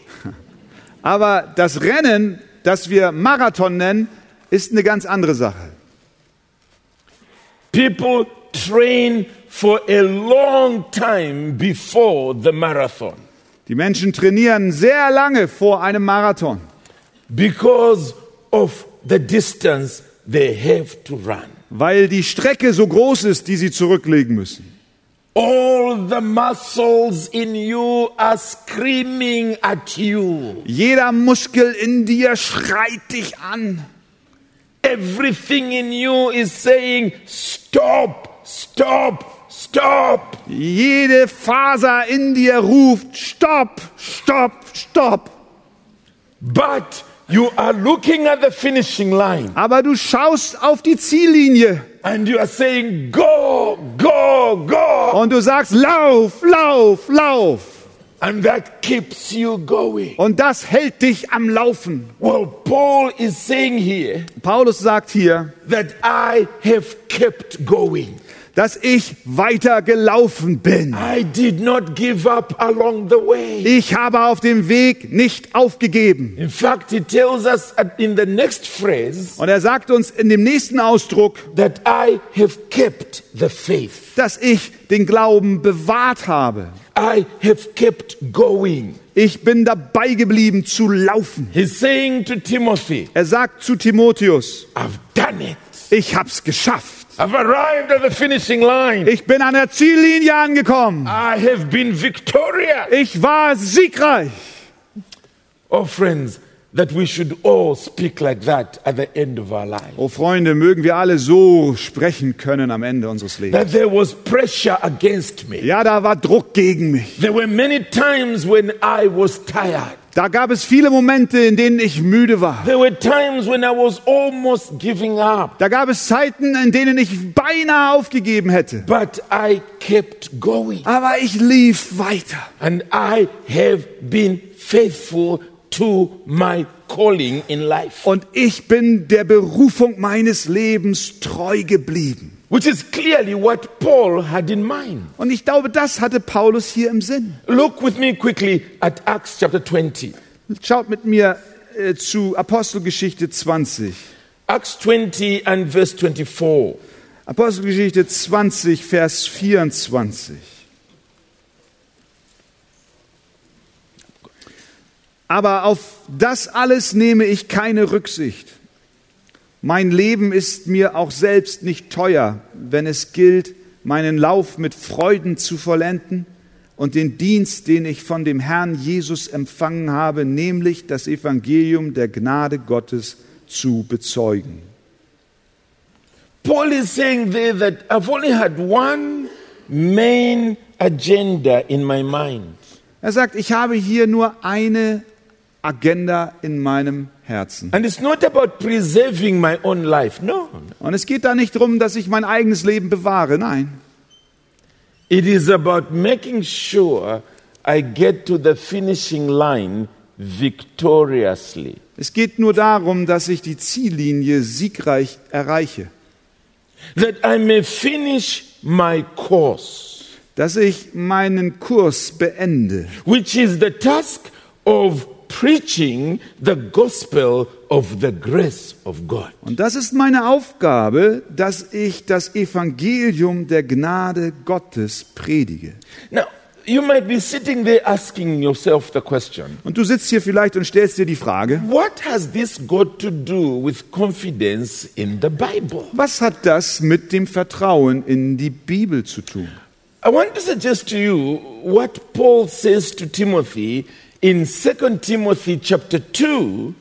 Speaker 2: Aber das Rennen, das wir Marathon nennen, ist eine ganz andere Sache.
Speaker 1: People train for a long time before the marathon
Speaker 2: Die Menschen trainieren sehr lange vor einem Marathon,
Speaker 1: because of the distance they have to run.
Speaker 2: weil die Strecke so groß ist, die sie zurücklegen müssen.
Speaker 1: All the muscles in you are screaming at you.
Speaker 2: Jeder Muskel in dir schreit dich an.
Speaker 1: Everything in you is saying, Stop, stop, stop.
Speaker 2: Jede Faser in dir ruft, stopp, stopp, stopp.
Speaker 1: But you are looking at the finishing line
Speaker 2: Aber du schaust auf die Ziellinie
Speaker 1: and you are saying, Go, go, go.
Speaker 2: und du sagst, lauf, lauf, lauf.
Speaker 1: And that keeps you going.
Speaker 2: Und das hält dich am Laufen.
Speaker 1: Well, Paul is saying here
Speaker 2: Paulus sagt hier,
Speaker 1: that I have kept going.
Speaker 2: dass ich weiter gelaufen bin.
Speaker 1: I did not give up along the way.
Speaker 2: Ich habe auf dem Weg nicht aufgegeben.
Speaker 1: In fact, he tells us at- in the next phrase
Speaker 2: Und er sagt uns in dem nächsten Ausdruck,
Speaker 1: that I have kept the faith.
Speaker 2: dass ich den Glauben bewahrt habe.
Speaker 1: I have kept going.
Speaker 2: Ich bin dabei geblieben zu laufen.
Speaker 1: He's saying to Timothy,
Speaker 2: Er sagt zu Timotheus,
Speaker 1: I've done it.
Speaker 2: ich hab's geschafft.
Speaker 1: I've arrived at the finishing line.
Speaker 2: Ich bin an der Ziellinie angekommen.
Speaker 1: I have been victorious.
Speaker 2: Ich war siegreich.
Speaker 1: Oh, friends, that we should all speak like that at the end of our life.
Speaker 2: Oh Freunde, mögen wir alle so sprechen können am Ende unseres Lebens.
Speaker 1: That there was pressure against me.
Speaker 2: Ja, da war Druck gegen mich.
Speaker 1: There were many times when I was tired.
Speaker 2: Da gab es viele Momente, in denen ich müde war.
Speaker 1: There were times when I was almost giving up.
Speaker 2: Da gab es Zeiten, in denen ich beinahe aufgegeben hätte.
Speaker 1: But I kept going.
Speaker 2: Aber ich lief weiter.
Speaker 1: And I have been faithful to my calling in life.
Speaker 2: Und ich bin der Berufung meines Lebens treu geblieben.
Speaker 1: which is clearly what Paul had in mind.
Speaker 2: Und ich glaube, das hatte Paulus hier im Sinn.
Speaker 1: Look with me quickly at Acts chapter 20.
Speaker 2: Schaut mit mir äh, zu Apostelgeschichte 20.
Speaker 1: Acts 20 and verse 24.
Speaker 2: Apostelgeschichte 20, Vers 24. Aber auf das alles nehme ich keine Rücksicht. Mein Leben ist mir auch selbst nicht teuer, wenn es gilt, meinen Lauf mit Freuden zu vollenden und den Dienst, den ich von dem Herrn Jesus empfangen habe, nämlich das Evangelium der Gnade Gottes zu bezeugen.
Speaker 1: Paul is saying there that I've only had one main agenda in my mind.
Speaker 2: Er sagt, ich habe hier nur eine Agenda in meinem Herzen.
Speaker 1: And it's not about preserving my own life. No.
Speaker 2: Und es geht da nicht darum, dass ich mein eigenes Leben bewahre, nein.
Speaker 1: It is about making sure I get to the finishing line victoriously.
Speaker 2: Es geht nur darum, dass ich die Ziellinie siegreich erreiche,
Speaker 1: That I may finish my course,
Speaker 2: dass ich meinen Kurs beende.
Speaker 1: which is the task of preaching the gospel of the grace of God.
Speaker 2: Und das ist meine Aufgabe, dass ich das Evangelium der Gnade Gottes predige.
Speaker 1: Now, you might be sitting there asking yourself the question
Speaker 2: Und du sitzt hier vielleicht und stellst dir die Frage,
Speaker 1: What has this got to do with confidence in the Bible?
Speaker 2: was hat das mit dem Vertrauen in die Bibel zu tun?
Speaker 1: I want to suggest to you what Paul says to Timothy in 2 Timothy chapter 2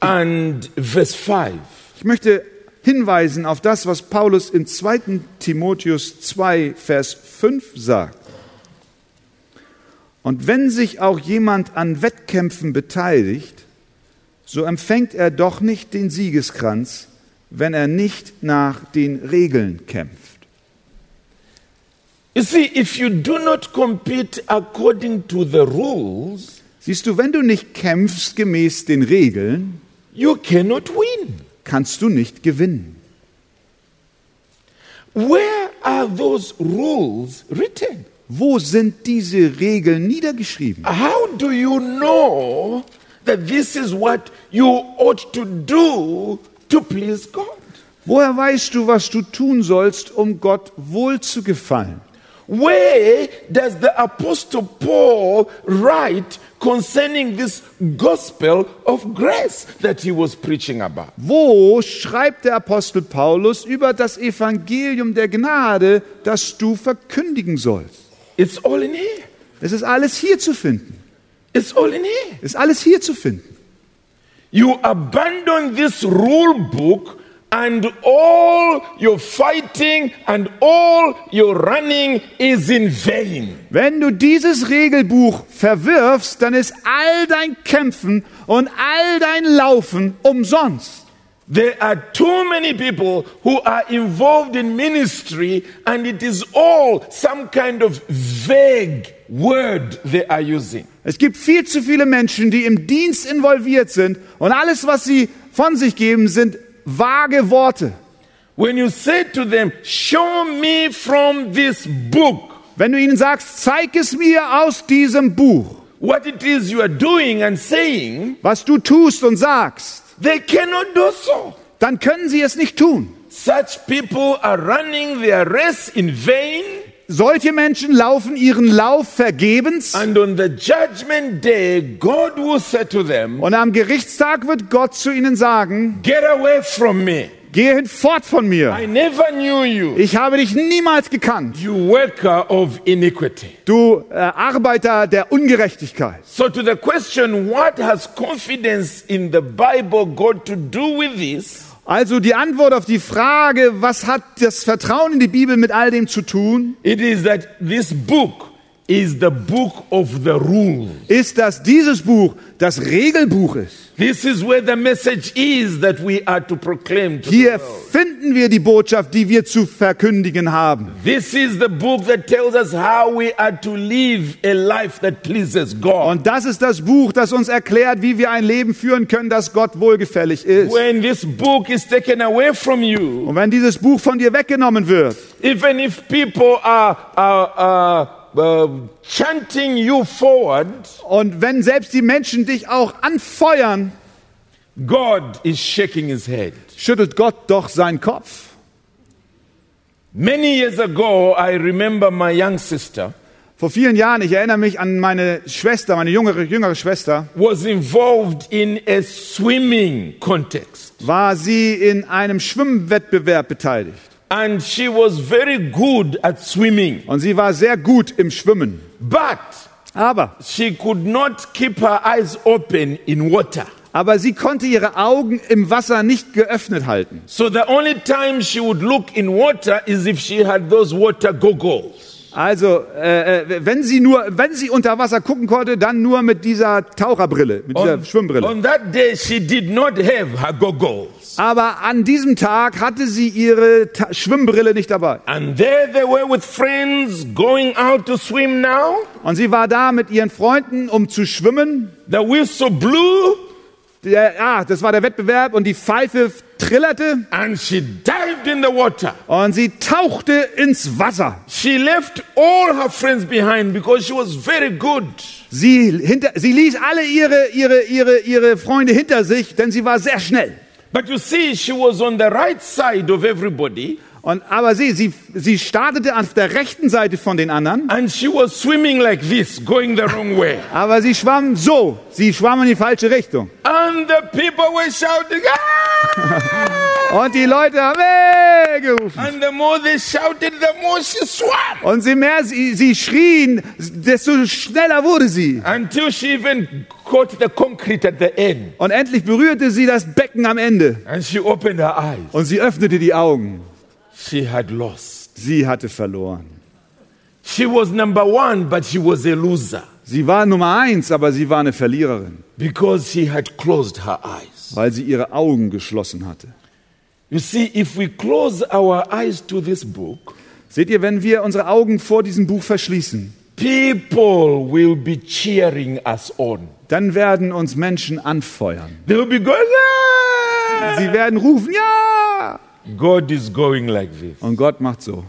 Speaker 1: and verse 5.
Speaker 2: Ich möchte hinweisen auf das, was Paulus in 2. Timotheus 2, Vers 5 sagt. Und wenn sich auch jemand an Wettkämpfen beteiligt, so empfängt er doch nicht den Siegeskranz, wenn er nicht nach den Regeln kämpft.
Speaker 1: You see, if you do not compete according to the rules,
Speaker 2: Siehst du, wenn du nicht kämpfst gemäß den Regeln,
Speaker 1: you cannot win.
Speaker 2: kannst du nicht gewinnen.
Speaker 1: Where are those rules written?
Speaker 2: Wo sind diese Regeln niedergeschrieben?
Speaker 1: How do you know that this is what you ought to do to please God?
Speaker 2: Woher weißt du, was du tun sollst, um Gott wohlzugefallen?
Speaker 1: Where does the Apostle Paul write concerning this gospel of grace that he was preaching about?
Speaker 2: Wo schreibt der Apostel Paulus über das Evangelium der Gnade, das du verkündigen sollst?
Speaker 1: It's all in here.
Speaker 2: Es ist alles hier zu finden.
Speaker 1: It's all in here.
Speaker 2: Es ist alles hier zu finden.
Speaker 1: You abandon this rule book and all your fighting and all your running is in vain.
Speaker 2: Wenn du dieses Regelbuch verwirfst, dann ist all dein Kämpfen und all dein Laufen umsonst.
Speaker 1: There are too many people who are involved in ministry and it is all some kind of vague word they are using.
Speaker 2: Es gibt viel zu viele Menschen, die im Dienst involviert sind und alles, was sie von sich geben, sind vage Worte.
Speaker 1: When you say to them, Show me from this book
Speaker 2: Wenn du ihnen sagst, zeig es mir aus diesem Buch,
Speaker 1: what it is you are doing and saying,
Speaker 2: was du tust und sagst,
Speaker 1: they cannot do so.
Speaker 2: dann können sie es nicht tun.
Speaker 1: Such people are running their race in vain,
Speaker 2: Solche Menschen laufen ihren Lauf vergebens
Speaker 1: and on the judgment day, God will say to them,
Speaker 2: und am Gerichtstag wird Gott zu ihnen sagen,
Speaker 1: Get away from me.
Speaker 2: geh hinfort von mir.
Speaker 1: I never knew you,
Speaker 2: Ich habe dich niemals gekannt,
Speaker 1: you worker of iniquity.
Speaker 2: du äh, Arbeiter der Ungerechtigkeit.
Speaker 1: So, to the question, what has confidence in the Bible got to do with this?
Speaker 2: Also die Antwort auf die Frage, was hat das Vertrauen in die Bibel mit all dem zu tun?
Speaker 1: It is that this book is the book of the rule.
Speaker 2: ist, dass dieses Buch das Regelbuch ist.
Speaker 1: This is where the message is that we are to proclaim. To
Speaker 2: Hier finden wir die Botschaft, die wir zu verkündigen haben.
Speaker 1: This is the book that tells us how we are to live a life that pleases God.
Speaker 2: Und das ist das Buch, das uns erklärt, wie wir ein Leben führen können, das Gott wohlgefällig ist.
Speaker 1: When this book is taken away from you,
Speaker 2: Und wenn dieses Buch von dir weggenommen wird,
Speaker 1: even if people are, are, are uh, chanting you forward,
Speaker 2: und wenn selbst die Menschen dich auch anfeuern,
Speaker 1: God is shaking his head.
Speaker 2: schüttelt Gott doch seinen Kopf.
Speaker 1: Many years ago, I remember my young sister
Speaker 2: Vor vielen Jahren, ich erinnere mich an meine Schwester, meine jüngere, jüngere Schwester,
Speaker 1: was involved in a swimming contest.
Speaker 2: war sie in einem Schwimmwettbewerb beteiligt.
Speaker 1: And she was very good at swimming,
Speaker 2: Und sie war sehr gut im Schwimmen.
Speaker 1: but
Speaker 2: Aber,
Speaker 1: she could not keep her eyes open in water.
Speaker 2: aber sie konnte ihre Augen im Wasser nicht geöffnet halten.
Speaker 1: So the only time she would look in water is if she had those water goggles.
Speaker 2: Also, äh, äh, wenn sie nur, wenn sie unter Wasser gucken konnte, dann nur mit dieser Taucherbrille, mit dieser Schwimmbrille.
Speaker 1: on that day, she did not have her goggles.
Speaker 2: Aber an diesem Tag hatte sie ihre Ta Schwimmbrille nicht dabei.
Speaker 1: And there they were with friends going out to swim now.
Speaker 2: Und sie war da mit ihren Freunden, um zu schwimmen.
Speaker 1: The whistle blew
Speaker 2: Der, ah, das war der Wettbewerb und die Pfeife trillerte
Speaker 1: and she dived in the water.
Speaker 2: und sie tauchte ins Wasser.
Speaker 1: She left all her friends behind because she was very good.
Speaker 2: Sie, hinter, sie ließ alle ihre, ihre, ihre, ihre Freunde hinter sich, denn sie war sehr schnell.
Speaker 1: But you see, she was on the right side of everybody
Speaker 2: Und, aber sie, sie, sie startete auf der rechten Seite von den anderen,
Speaker 1: and she was swimming like this, going the wrong way.
Speaker 2: aber sie schwamm so. Sie schwamm in die falsche Richtung.
Speaker 1: And the people were shouting, ah!
Speaker 2: Und die Leute haben hey! gerufen.
Speaker 1: And the more they shouted, the more she swam.
Speaker 2: Und je mehr sie, sie schrien, desto schneller wurde sie.
Speaker 1: Until she even caught the concrete at the end.
Speaker 2: Und endlich berührte sie das Becken am Ende.
Speaker 1: And she opened her eyes.
Speaker 2: Und sie öffnete die Augen.
Speaker 1: She had lost.
Speaker 2: Sie hatte verloren.
Speaker 1: She was number one, but she was a loser
Speaker 2: Sie war Nummer eins, aber sie war eine Verliererin,
Speaker 1: because she had closed her eyes.
Speaker 2: weil sie ihre Augen geschlossen hatte.
Speaker 1: You see, if we close our eyes to this book,
Speaker 2: Seht ihr, wenn wir unsere Augen vor diesem Buch verschließen,
Speaker 1: people will be cheering us on.
Speaker 2: dann werden uns Menschen anfeuern.
Speaker 1: They will be going, "Ah!"
Speaker 2: Sie werden rufen, ja!
Speaker 1: God is going like this.
Speaker 2: Und Gott macht so.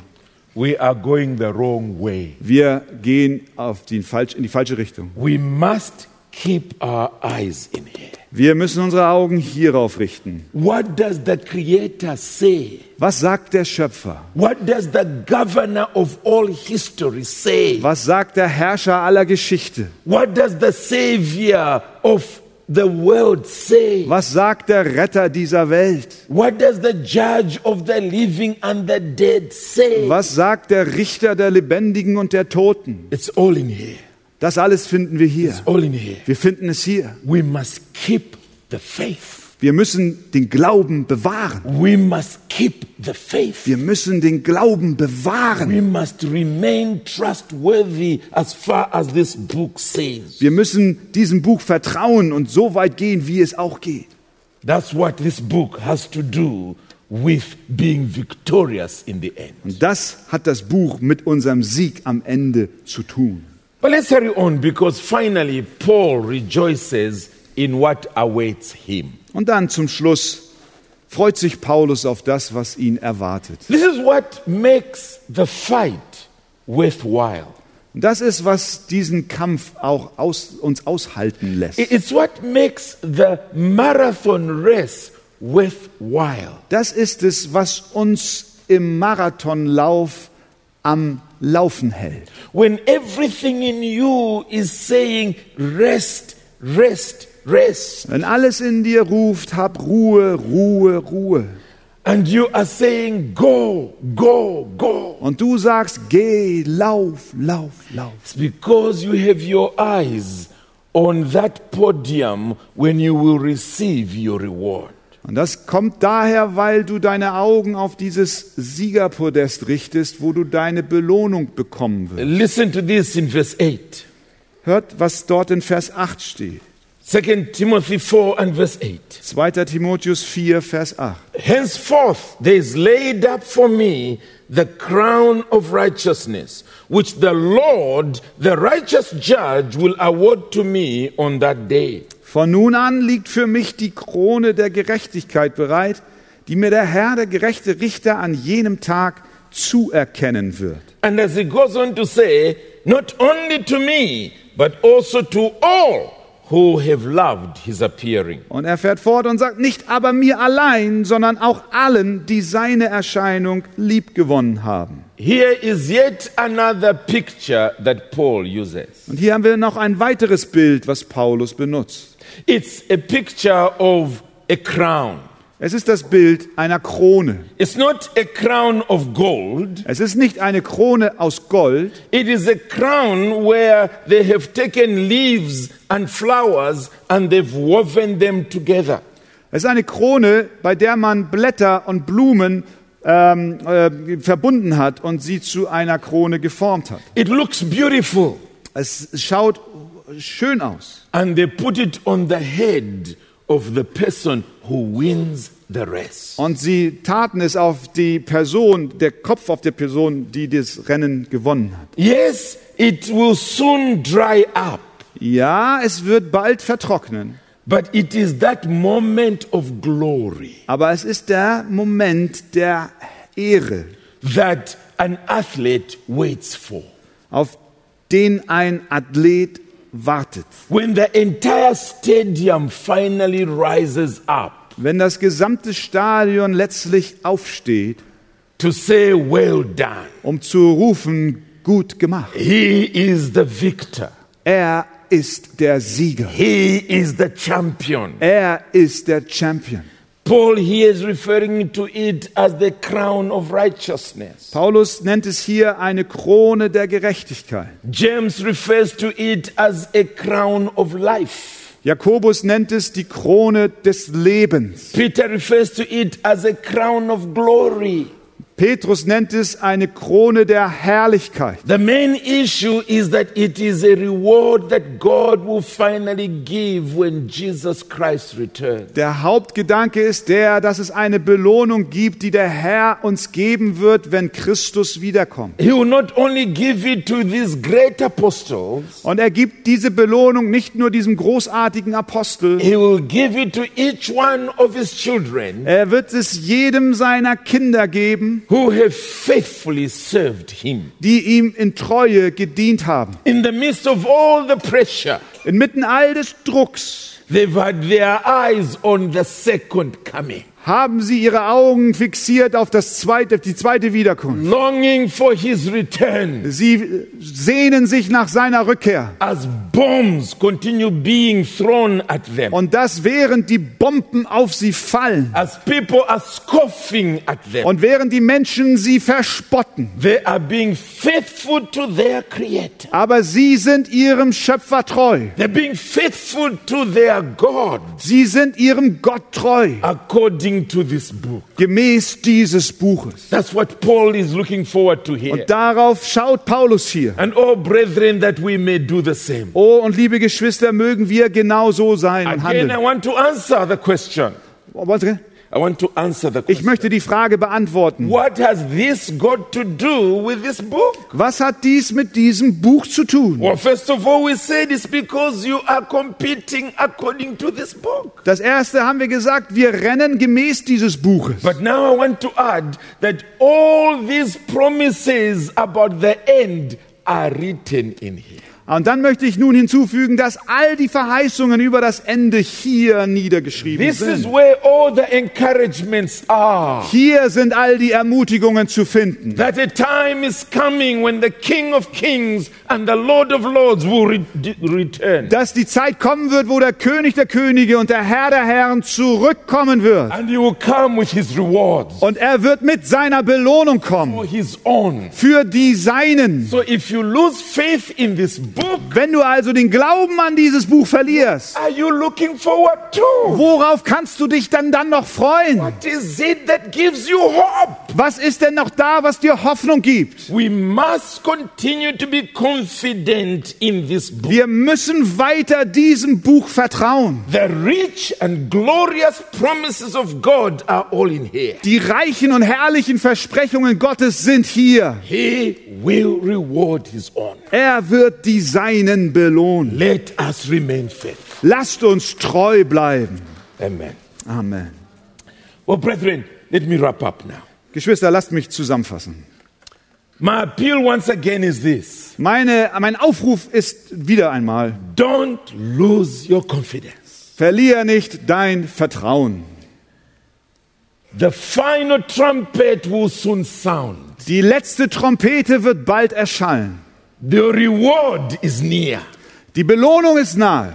Speaker 1: We are going the wrong way.
Speaker 2: Wir gehen auf die, falsch- in die falsche Richtung.
Speaker 1: We must keep our eyes in here.
Speaker 2: Wir müssen unsere Augen hierauf richten.
Speaker 1: What does the Creator say?
Speaker 2: Was sagt der Schöpfer?
Speaker 1: What does the governor of all history say?
Speaker 2: Was sagt der Herrscher aller Geschichte?
Speaker 1: What does the Savior of the world say?
Speaker 2: Was sagt der Retter dieser Welt?
Speaker 1: What does the judge of the living and the dead say?
Speaker 2: Was sagt der Richter der Lebendigen und der Toten?
Speaker 1: It's all in here.
Speaker 2: Das alles finden wir hier.
Speaker 1: It's all in here.
Speaker 2: Wir finden es hier.
Speaker 1: We must keep the faith.
Speaker 2: Wir müssen den Glauben bewahren.
Speaker 1: We must keep the faith.
Speaker 2: Wir müssen den Glauben bewahren.
Speaker 1: We must remain trustworthy as far as this book says.
Speaker 2: Wir müssen diesem Buch vertrauen und so weit gehen, wie es auch geht.
Speaker 1: That's what this book has to do with being victorious in the end.
Speaker 2: Und das hat das Buch mit unserem Sieg am Ende zu tun.
Speaker 1: But let's hurry on because finally Paul rejoices in what awaits him.
Speaker 2: Und dann zum Schluss freut sich Paulus auf das, was ihn erwartet.
Speaker 1: This is what makes the fight worthwhile.
Speaker 2: Und das ist, was diesen Kampf auch aus, uns aushalten lässt.
Speaker 1: I- It's what makes the marathon race worthwhile.
Speaker 2: Das ist es, was uns im Marathonlauf am Laufen hält.
Speaker 1: When everything in you is saying, rest, rest, rest,
Speaker 2: Wenn alles in dir ruft, hab Ruhe, Ruhe, Ruhe.
Speaker 1: and you are saying, go, go, go,
Speaker 2: Und du sagst, geh, lauf, lauf, lauf.
Speaker 1: it's because you have your eyes on that podium when you will receive your reward.
Speaker 2: Und das kommt daher, weil du deine Augen auf dieses Siegerpodest richtest, wo du deine Belohnung bekommen wirst.
Speaker 1: Listen to this in verse 8.
Speaker 2: Hört, was dort in Vers 8 steht.
Speaker 1: 2 Timothy 4 and verse 8.
Speaker 2: 2. Timotheus 4, Vers 8.
Speaker 1: Henceforth there is laid up for me the crown of righteousness, which the Lord, the righteous judge, will award to me on that day.
Speaker 2: Von nun an liegt für mich die Krone der Gerechtigkeit bereit, die mir der Herr, der gerechte Richter, an jenem Tag zuerkennen wird.
Speaker 1: And as he goes on to say, not only to me, but also to all who have loved his appearing.
Speaker 2: Und er fährt fort und sagt, nicht aber mir allein, sondern auch allen, die seine Erscheinung liebgewonnen haben.
Speaker 1: Here is yet another picture that Paul uses.
Speaker 2: Und hier haben wir noch ein weiteres Bild, was Paulus benutzt.
Speaker 1: It's a picture of a crown.
Speaker 2: Es ist das Bild einer Krone.
Speaker 1: It's not a crown of gold,
Speaker 2: Es ist nicht eine Krone aus Gold,
Speaker 1: it is a crown where they have taken leaves and flowers and they've woven them together.
Speaker 2: es ist eine Krone, bei der man Blätter und Blumen ähm, äh, verbunden hat und sie zu einer Krone geformt hat.
Speaker 1: It looks beautiful.
Speaker 2: Es schaut schön aus.
Speaker 1: And they put it on the head of the person who wins the race.
Speaker 2: Und sie taten es auf die Person, der Kopf auf der Person, die das Rennen gewonnen hat.
Speaker 1: Yes, it will soon dry up,
Speaker 2: Ja, es wird bald vertrocknen,
Speaker 1: but it is that moment of glory
Speaker 2: aber es ist der Moment der Ehre,
Speaker 1: that an athlete waits for.
Speaker 2: auf den ein Athlet wartet.
Speaker 1: When the entire stadium finally rises up
Speaker 2: Wenn das gesamte Stadion letztlich aufsteht,
Speaker 1: to say, Well done,
Speaker 2: um zu rufen, gut gemacht.
Speaker 1: he is the victor,
Speaker 2: Er ist der Sieger.
Speaker 1: he is the champion.
Speaker 2: Er ist der Champion.
Speaker 1: Paul here is referring to it as the crown of righteousness.
Speaker 2: Paulus nennt es hier eine Krone der Gerechtigkeit.
Speaker 1: James refers to it as a crown of life.
Speaker 2: Jakobus nennt es die Krone des Lebens.
Speaker 1: Peter refers to it as a crown of glory.
Speaker 2: Petrus nennt es eine Krone der Herrlichkeit.
Speaker 1: The main issue is that it is a reward that God will finally give when Jesus Christ returns.
Speaker 2: Der Hauptgedanke ist der, dass es eine Belohnung gibt, die der Herr uns geben wird, wenn Christus wiederkommt.
Speaker 1: He will not only give it to these great apostles,
Speaker 2: Und er gibt diese Belohnung nicht nur diesem großartigen Apostel,
Speaker 1: he will give it to each one of his children
Speaker 2: er wird es jedem seiner Kinder geben,
Speaker 1: who have faithfully served him.
Speaker 2: die ihm in Treue gedient haben.
Speaker 1: In the midst of all the pressure,
Speaker 2: Inmitten all des Drucks
Speaker 1: they've had their eyes on the second coming.
Speaker 2: haben sie ihre Augen fixiert auf das zweite, auf die zweite Wiederkunft.
Speaker 1: longing for his return
Speaker 2: Sie sehnen sich nach seiner Rückkehr.
Speaker 1: as bombs continue being thrown at them,
Speaker 2: Und das während die Bomben auf sie fallen.
Speaker 1: as people are scoffing at them.
Speaker 2: Und während die Menschen sie verspotten.
Speaker 1: They are being faithful to their Creator,
Speaker 2: Aber sie sind ihrem Schöpfer treu.
Speaker 1: they're being faithful to their God,
Speaker 2: Sie sind ihrem Gott treu.
Speaker 1: according to this book.
Speaker 2: Gemäß dieses Buches.
Speaker 1: That's what Paul is looking forward to here.
Speaker 2: Und darauf schaut Paulus hier.
Speaker 1: And oh, brethren, that we may do the same.
Speaker 2: Oh, und liebe Geschwister, mögen wir genau so sein und
Speaker 1: Again, I
Speaker 2: handeln. Oh,
Speaker 1: want to answer the question. I want to answer the
Speaker 2: Ich
Speaker 1: question.
Speaker 2: möchte die Frage beantworten.
Speaker 1: What has this got to do with this book?
Speaker 2: Was hat dies mit diesem Buch zu tun?
Speaker 1: Well, first of all, we said it's because you are competing according to this book.
Speaker 2: Das erste haben wir gesagt, wir rennen gemäß dieses Buches.
Speaker 1: But now I want to add that all these promises about the end are written in here.
Speaker 2: Und dann möchte ich nun hinzufügen, dass all die Verheißungen über das Ende hier niedergeschrieben
Speaker 1: This is
Speaker 2: sind.
Speaker 1: where all the encouragements are.
Speaker 2: Hier sind all die Ermutigungen zu finden.
Speaker 1: That a time is coming when the King of Kings and the Lord of Lords will re- d- return.
Speaker 2: Dass die Zeit kommen wird, wo der König der Könige und der Herr der Herren zurückkommen wird.
Speaker 1: And he will come with his rewards
Speaker 2: Und er wird mit seiner Belohnung kommen.
Speaker 1: for his own.
Speaker 2: Für die Seinen.
Speaker 1: So if you lose faith in this book
Speaker 2: Wenn du also den Glauben an dieses Buch verlierst,
Speaker 1: are you looking forward to?
Speaker 2: worauf kannst du dich denn dann noch freuen?
Speaker 1: What is it that gives you hope?
Speaker 2: Was ist denn noch da, was dir Hoffnung gibt?
Speaker 1: We must continue to be confident in this book.
Speaker 2: Wir müssen weiter diesem Buch vertrauen.
Speaker 1: The rich and glorious promises of God are all in here.
Speaker 2: Die reichen und herrlichen Versprechungen Gottes sind hier.
Speaker 1: He will reward his own.
Speaker 2: Er wird die Seinen belohnen.
Speaker 1: Let us remain faithful.
Speaker 2: Lasst uns treu bleiben.
Speaker 1: Amen.
Speaker 2: Amen.
Speaker 1: Well, brethren, let me wrap up now.
Speaker 2: Geschwister, lasst mich zusammenfassen.
Speaker 1: My appeal once again is this
Speaker 2: Meine, mein Aufruf ist wieder einmal,
Speaker 1: don't lose your confidence.
Speaker 2: verlier nicht dein Vertrauen.
Speaker 1: The final trumpet will soon sound,
Speaker 2: Die letzte Trompete wird bald erschallen.
Speaker 1: the reward is near.
Speaker 2: Die Belohnung ist nahe.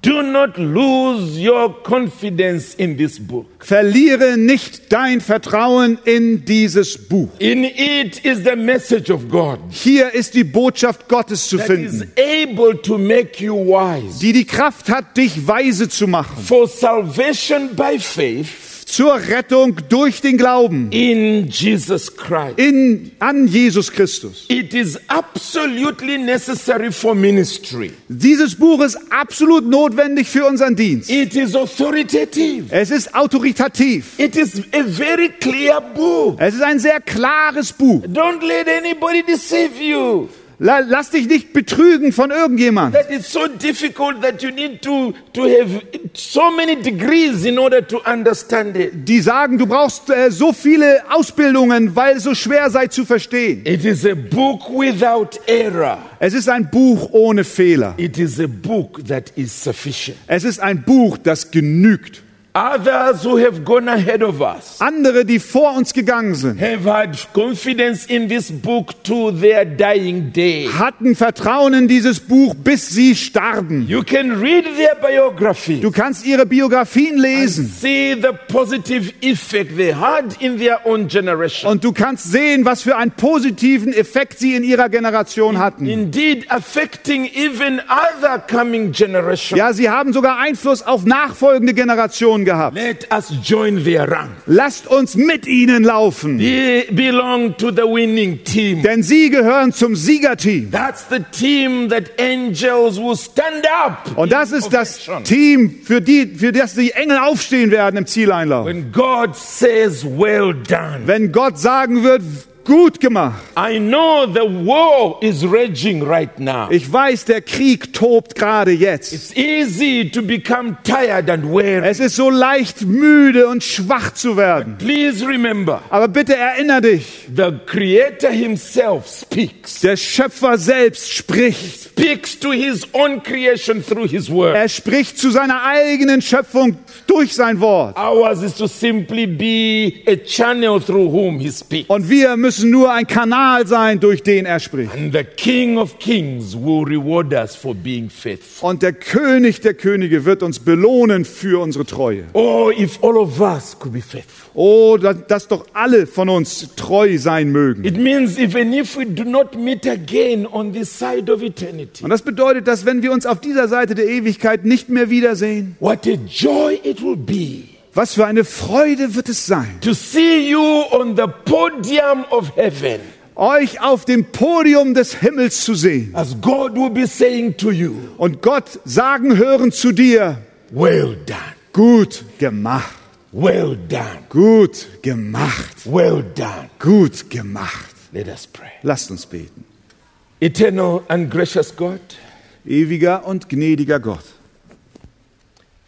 Speaker 1: Do not lose your confidence in this book.
Speaker 2: Verliere nicht dein Vertrauen in dieses Buch.
Speaker 1: In it is the message of God
Speaker 2: Hier ist die Botschaft Gottes zu
Speaker 1: that is
Speaker 2: finden,
Speaker 1: able to make you wise.
Speaker 2: die die Kraft hat, dich weise zu machen.
Speaker 1: for salvation by faith
Speaker 2: Zur Rettung durch den Glauben
Speaker 1: in Jesus Christ.
Speaker 2: in, an Jesus Christus.
Speaker 1: It is absolutely necessary for ministry.
Speaker 2: Dieses Buch ist absolut notwendig für unseren Dienst.
Speaker 1: It is authoritative.
Speaker 2: Es ist autoritativ.
Speaker 1: It is a very clear book.
Speaker 2: Es ist ein sehr klares Buch.
Speaker 1: Don't let anybody deceive you.
Speaker 2: La- Lass dich nicht betrügen von irgendjemand.
Speaker 1: That it's so difficult that you need to, to have so many degrees in order to understand it.
Speaker 2: Die sagen, du brauchst äh, so viele Ausbildungen, weil es so schwer sei zu verstehen.
Speaker 1: It is a book without error.
Speaker 2: Es ist ein Buch ohne Fehler.
Speaker 1: It is a book that is sufficient.
Speaker 2: Es ist ein Buch, das genügt.
Speaker 1: Others who have gone ahead of us
Speaker 2: Andere, die vor uns gegangen sind,
Speaker 1: have had confidence in this book to their dying day.
Speaker 2: hatten Vertrauen in dieses Buch, bis sie starben.
Speaker 1: You can read their biography,
Speaker 2: Du kannst ihre Biografien lesen
Speaker 1: see the positive effect they had in their own generation.
Speaker 2: und du kannst sehen, was für einen positiven Effekt sie in ihrer Generation hatten.
Speaker 1: Indeed, affecting even other coming generations.
Speaker 2: Ja, sie haben sogar Einfluss auf nachfolgende Generationen gehabt.
Speaker 1: Let us join their rank.
Speaker 2: Lasst uns mit ihnen laufen,
Speaker 1: They belong to the winning team.
Speaker 2: denn sie gehören zum Siegerteam.
Speaker 1: That's the team that angels will stand up.
Speaker 2: Und
Speaker 1: in
Speaker 2: das ist das
Speaker 1: affection.
Speaker 2: Team, für, die, für das die Engel aufstehen werden im Zieleinlauf.
Speaker 1: When God says, Well done.
Speaker 2: Wenn Gott sagen wird, gut gemacht.
Speaker 1: I know the war is raging right now.
Speaker 2: Ich weiß, der Krieg tobt gerade jetzt.
Speaker 1: It's easy to become tired and weary.
Speaker 2: Es ist so leicht, müde und schwach zu werden.
Speaker 1: Please remember,
Speaker 2: Aber bitte erinnere dich,
Speaker 1: the Creator Himself speaks.
Speaker 2: der Schöpfer selbst spricht.
Speaker 1: Speaks to His own creation through His word.
Speaker 2: Er spricht zu seiner eigenen Schöpfung durch sein Wort.
Speaker 1: Ours is to simply be a channel through whom He speaks.
Speaker 2: Und wir müssen nur ein Kanal sein, durch den er spricht.
Speaker 1: And the King of Kings will reward us for being faithful.
Speaker 2: Und der König der Könige wird uns belohnen für unsere Treue.
Speaker 1: Oh, if all of us could be faithful.
Speaker 2: Oh, da- dass doch alle von uns treu sein mögen.
Speaker 1: It means even if we do not meet again on this side of eternity,
Speaker 2: Und das bedeutet, dass wenn wir uns auf dieser Seite der Ewigkeit nicht mehr wiedersehen,
Speaker 1: what a joy it will be.
Speaker 2: was für eine Freude wird es sein.
Speaker 1: to see you on the podium of heaven
Speaker 2: euch auf dem Podium des Himmels zu sehen
Speaker 1: as God will be saying to you,
Speaker 2: und Gott sagen hören zu dir,
Speaker 1: Well done,
Speaker 2: gut gemacht,
Speaker 1: well done,
Speaker 2: gut gemacht,
Speaker 1: well done.
Speaker 2: gut gemacht.
Speaker 1: Let us pray.
Speaker 2: Lasst uns beten.
Speaker 1: Eternal and gracious God,
Speaker 2: Ewiger und gnädiger Gott,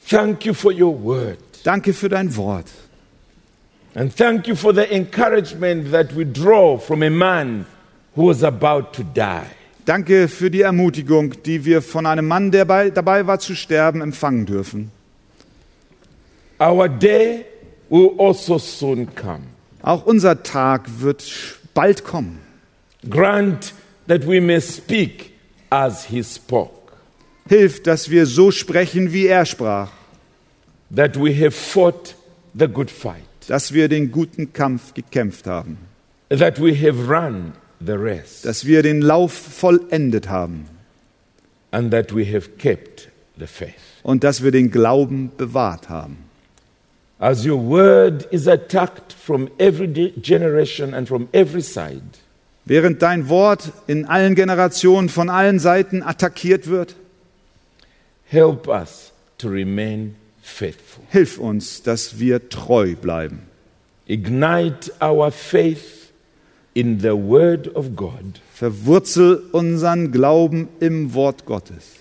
Speaker 1: thank you for your word
Speaker 2: danke für dein Wort
Speaker 1: and thank you for the encouragement that we draw from a man who was about to die.
Speaker 2: Danke für die Ermutigung, die wir von einem Mann, der bei, dabei war zu sterben, empfangen dürfen.
Speaker 1: Our day will also soon come.
Speaker 2: Auch unser Tag wird bald kommen.
Speaker 1: Grant that we may speak as he spoke,
Speaker 2: Hilf, dass wir so sprechen, wie er sprach,
Speaker 1: that we have fought the good fight.
Speaker 2: dass wir den guten Kampf gekämpft haben.
Speaker 1: that we have run the race,
Speaker 2: dass wir den Lauf vollendet haben
Speaker 1: and that we have kept the faith.
Speaker 2: und dass wir den Glauben bewahrt haben.
Speaker 1: As your word is attacked from every de- generation and from every side,
Speaker 2: Während dein Wort in allen Generationen von allen Seiten attackiert wird,
Speaker 1: help us to remain faithful.
Speaker 2: hilf uns, dass wir treu bleiben.
Speaker 1: Ignite our faith in the word of God
Speaker 2: Verwurzel unseren Glauben im Wort Gottes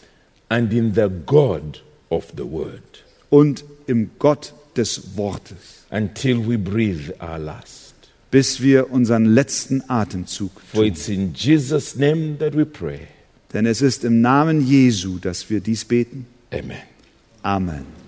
Speaker 1: and in the God of the word
Speaker 2: und im Gott des Wortes,
Speaker 1: until we breathe our last.
Speaker 2: bis wir unseren letzten Atemzug
Speaker 1: For
Speaker 2: tun.
Speaker 1: it's in Jesus' name that we pray.
Speaker 2: Denn es ist im Namen Jesu, dass wir dies beten.
Speaker 1: Amen.
Speaker 2: Amen.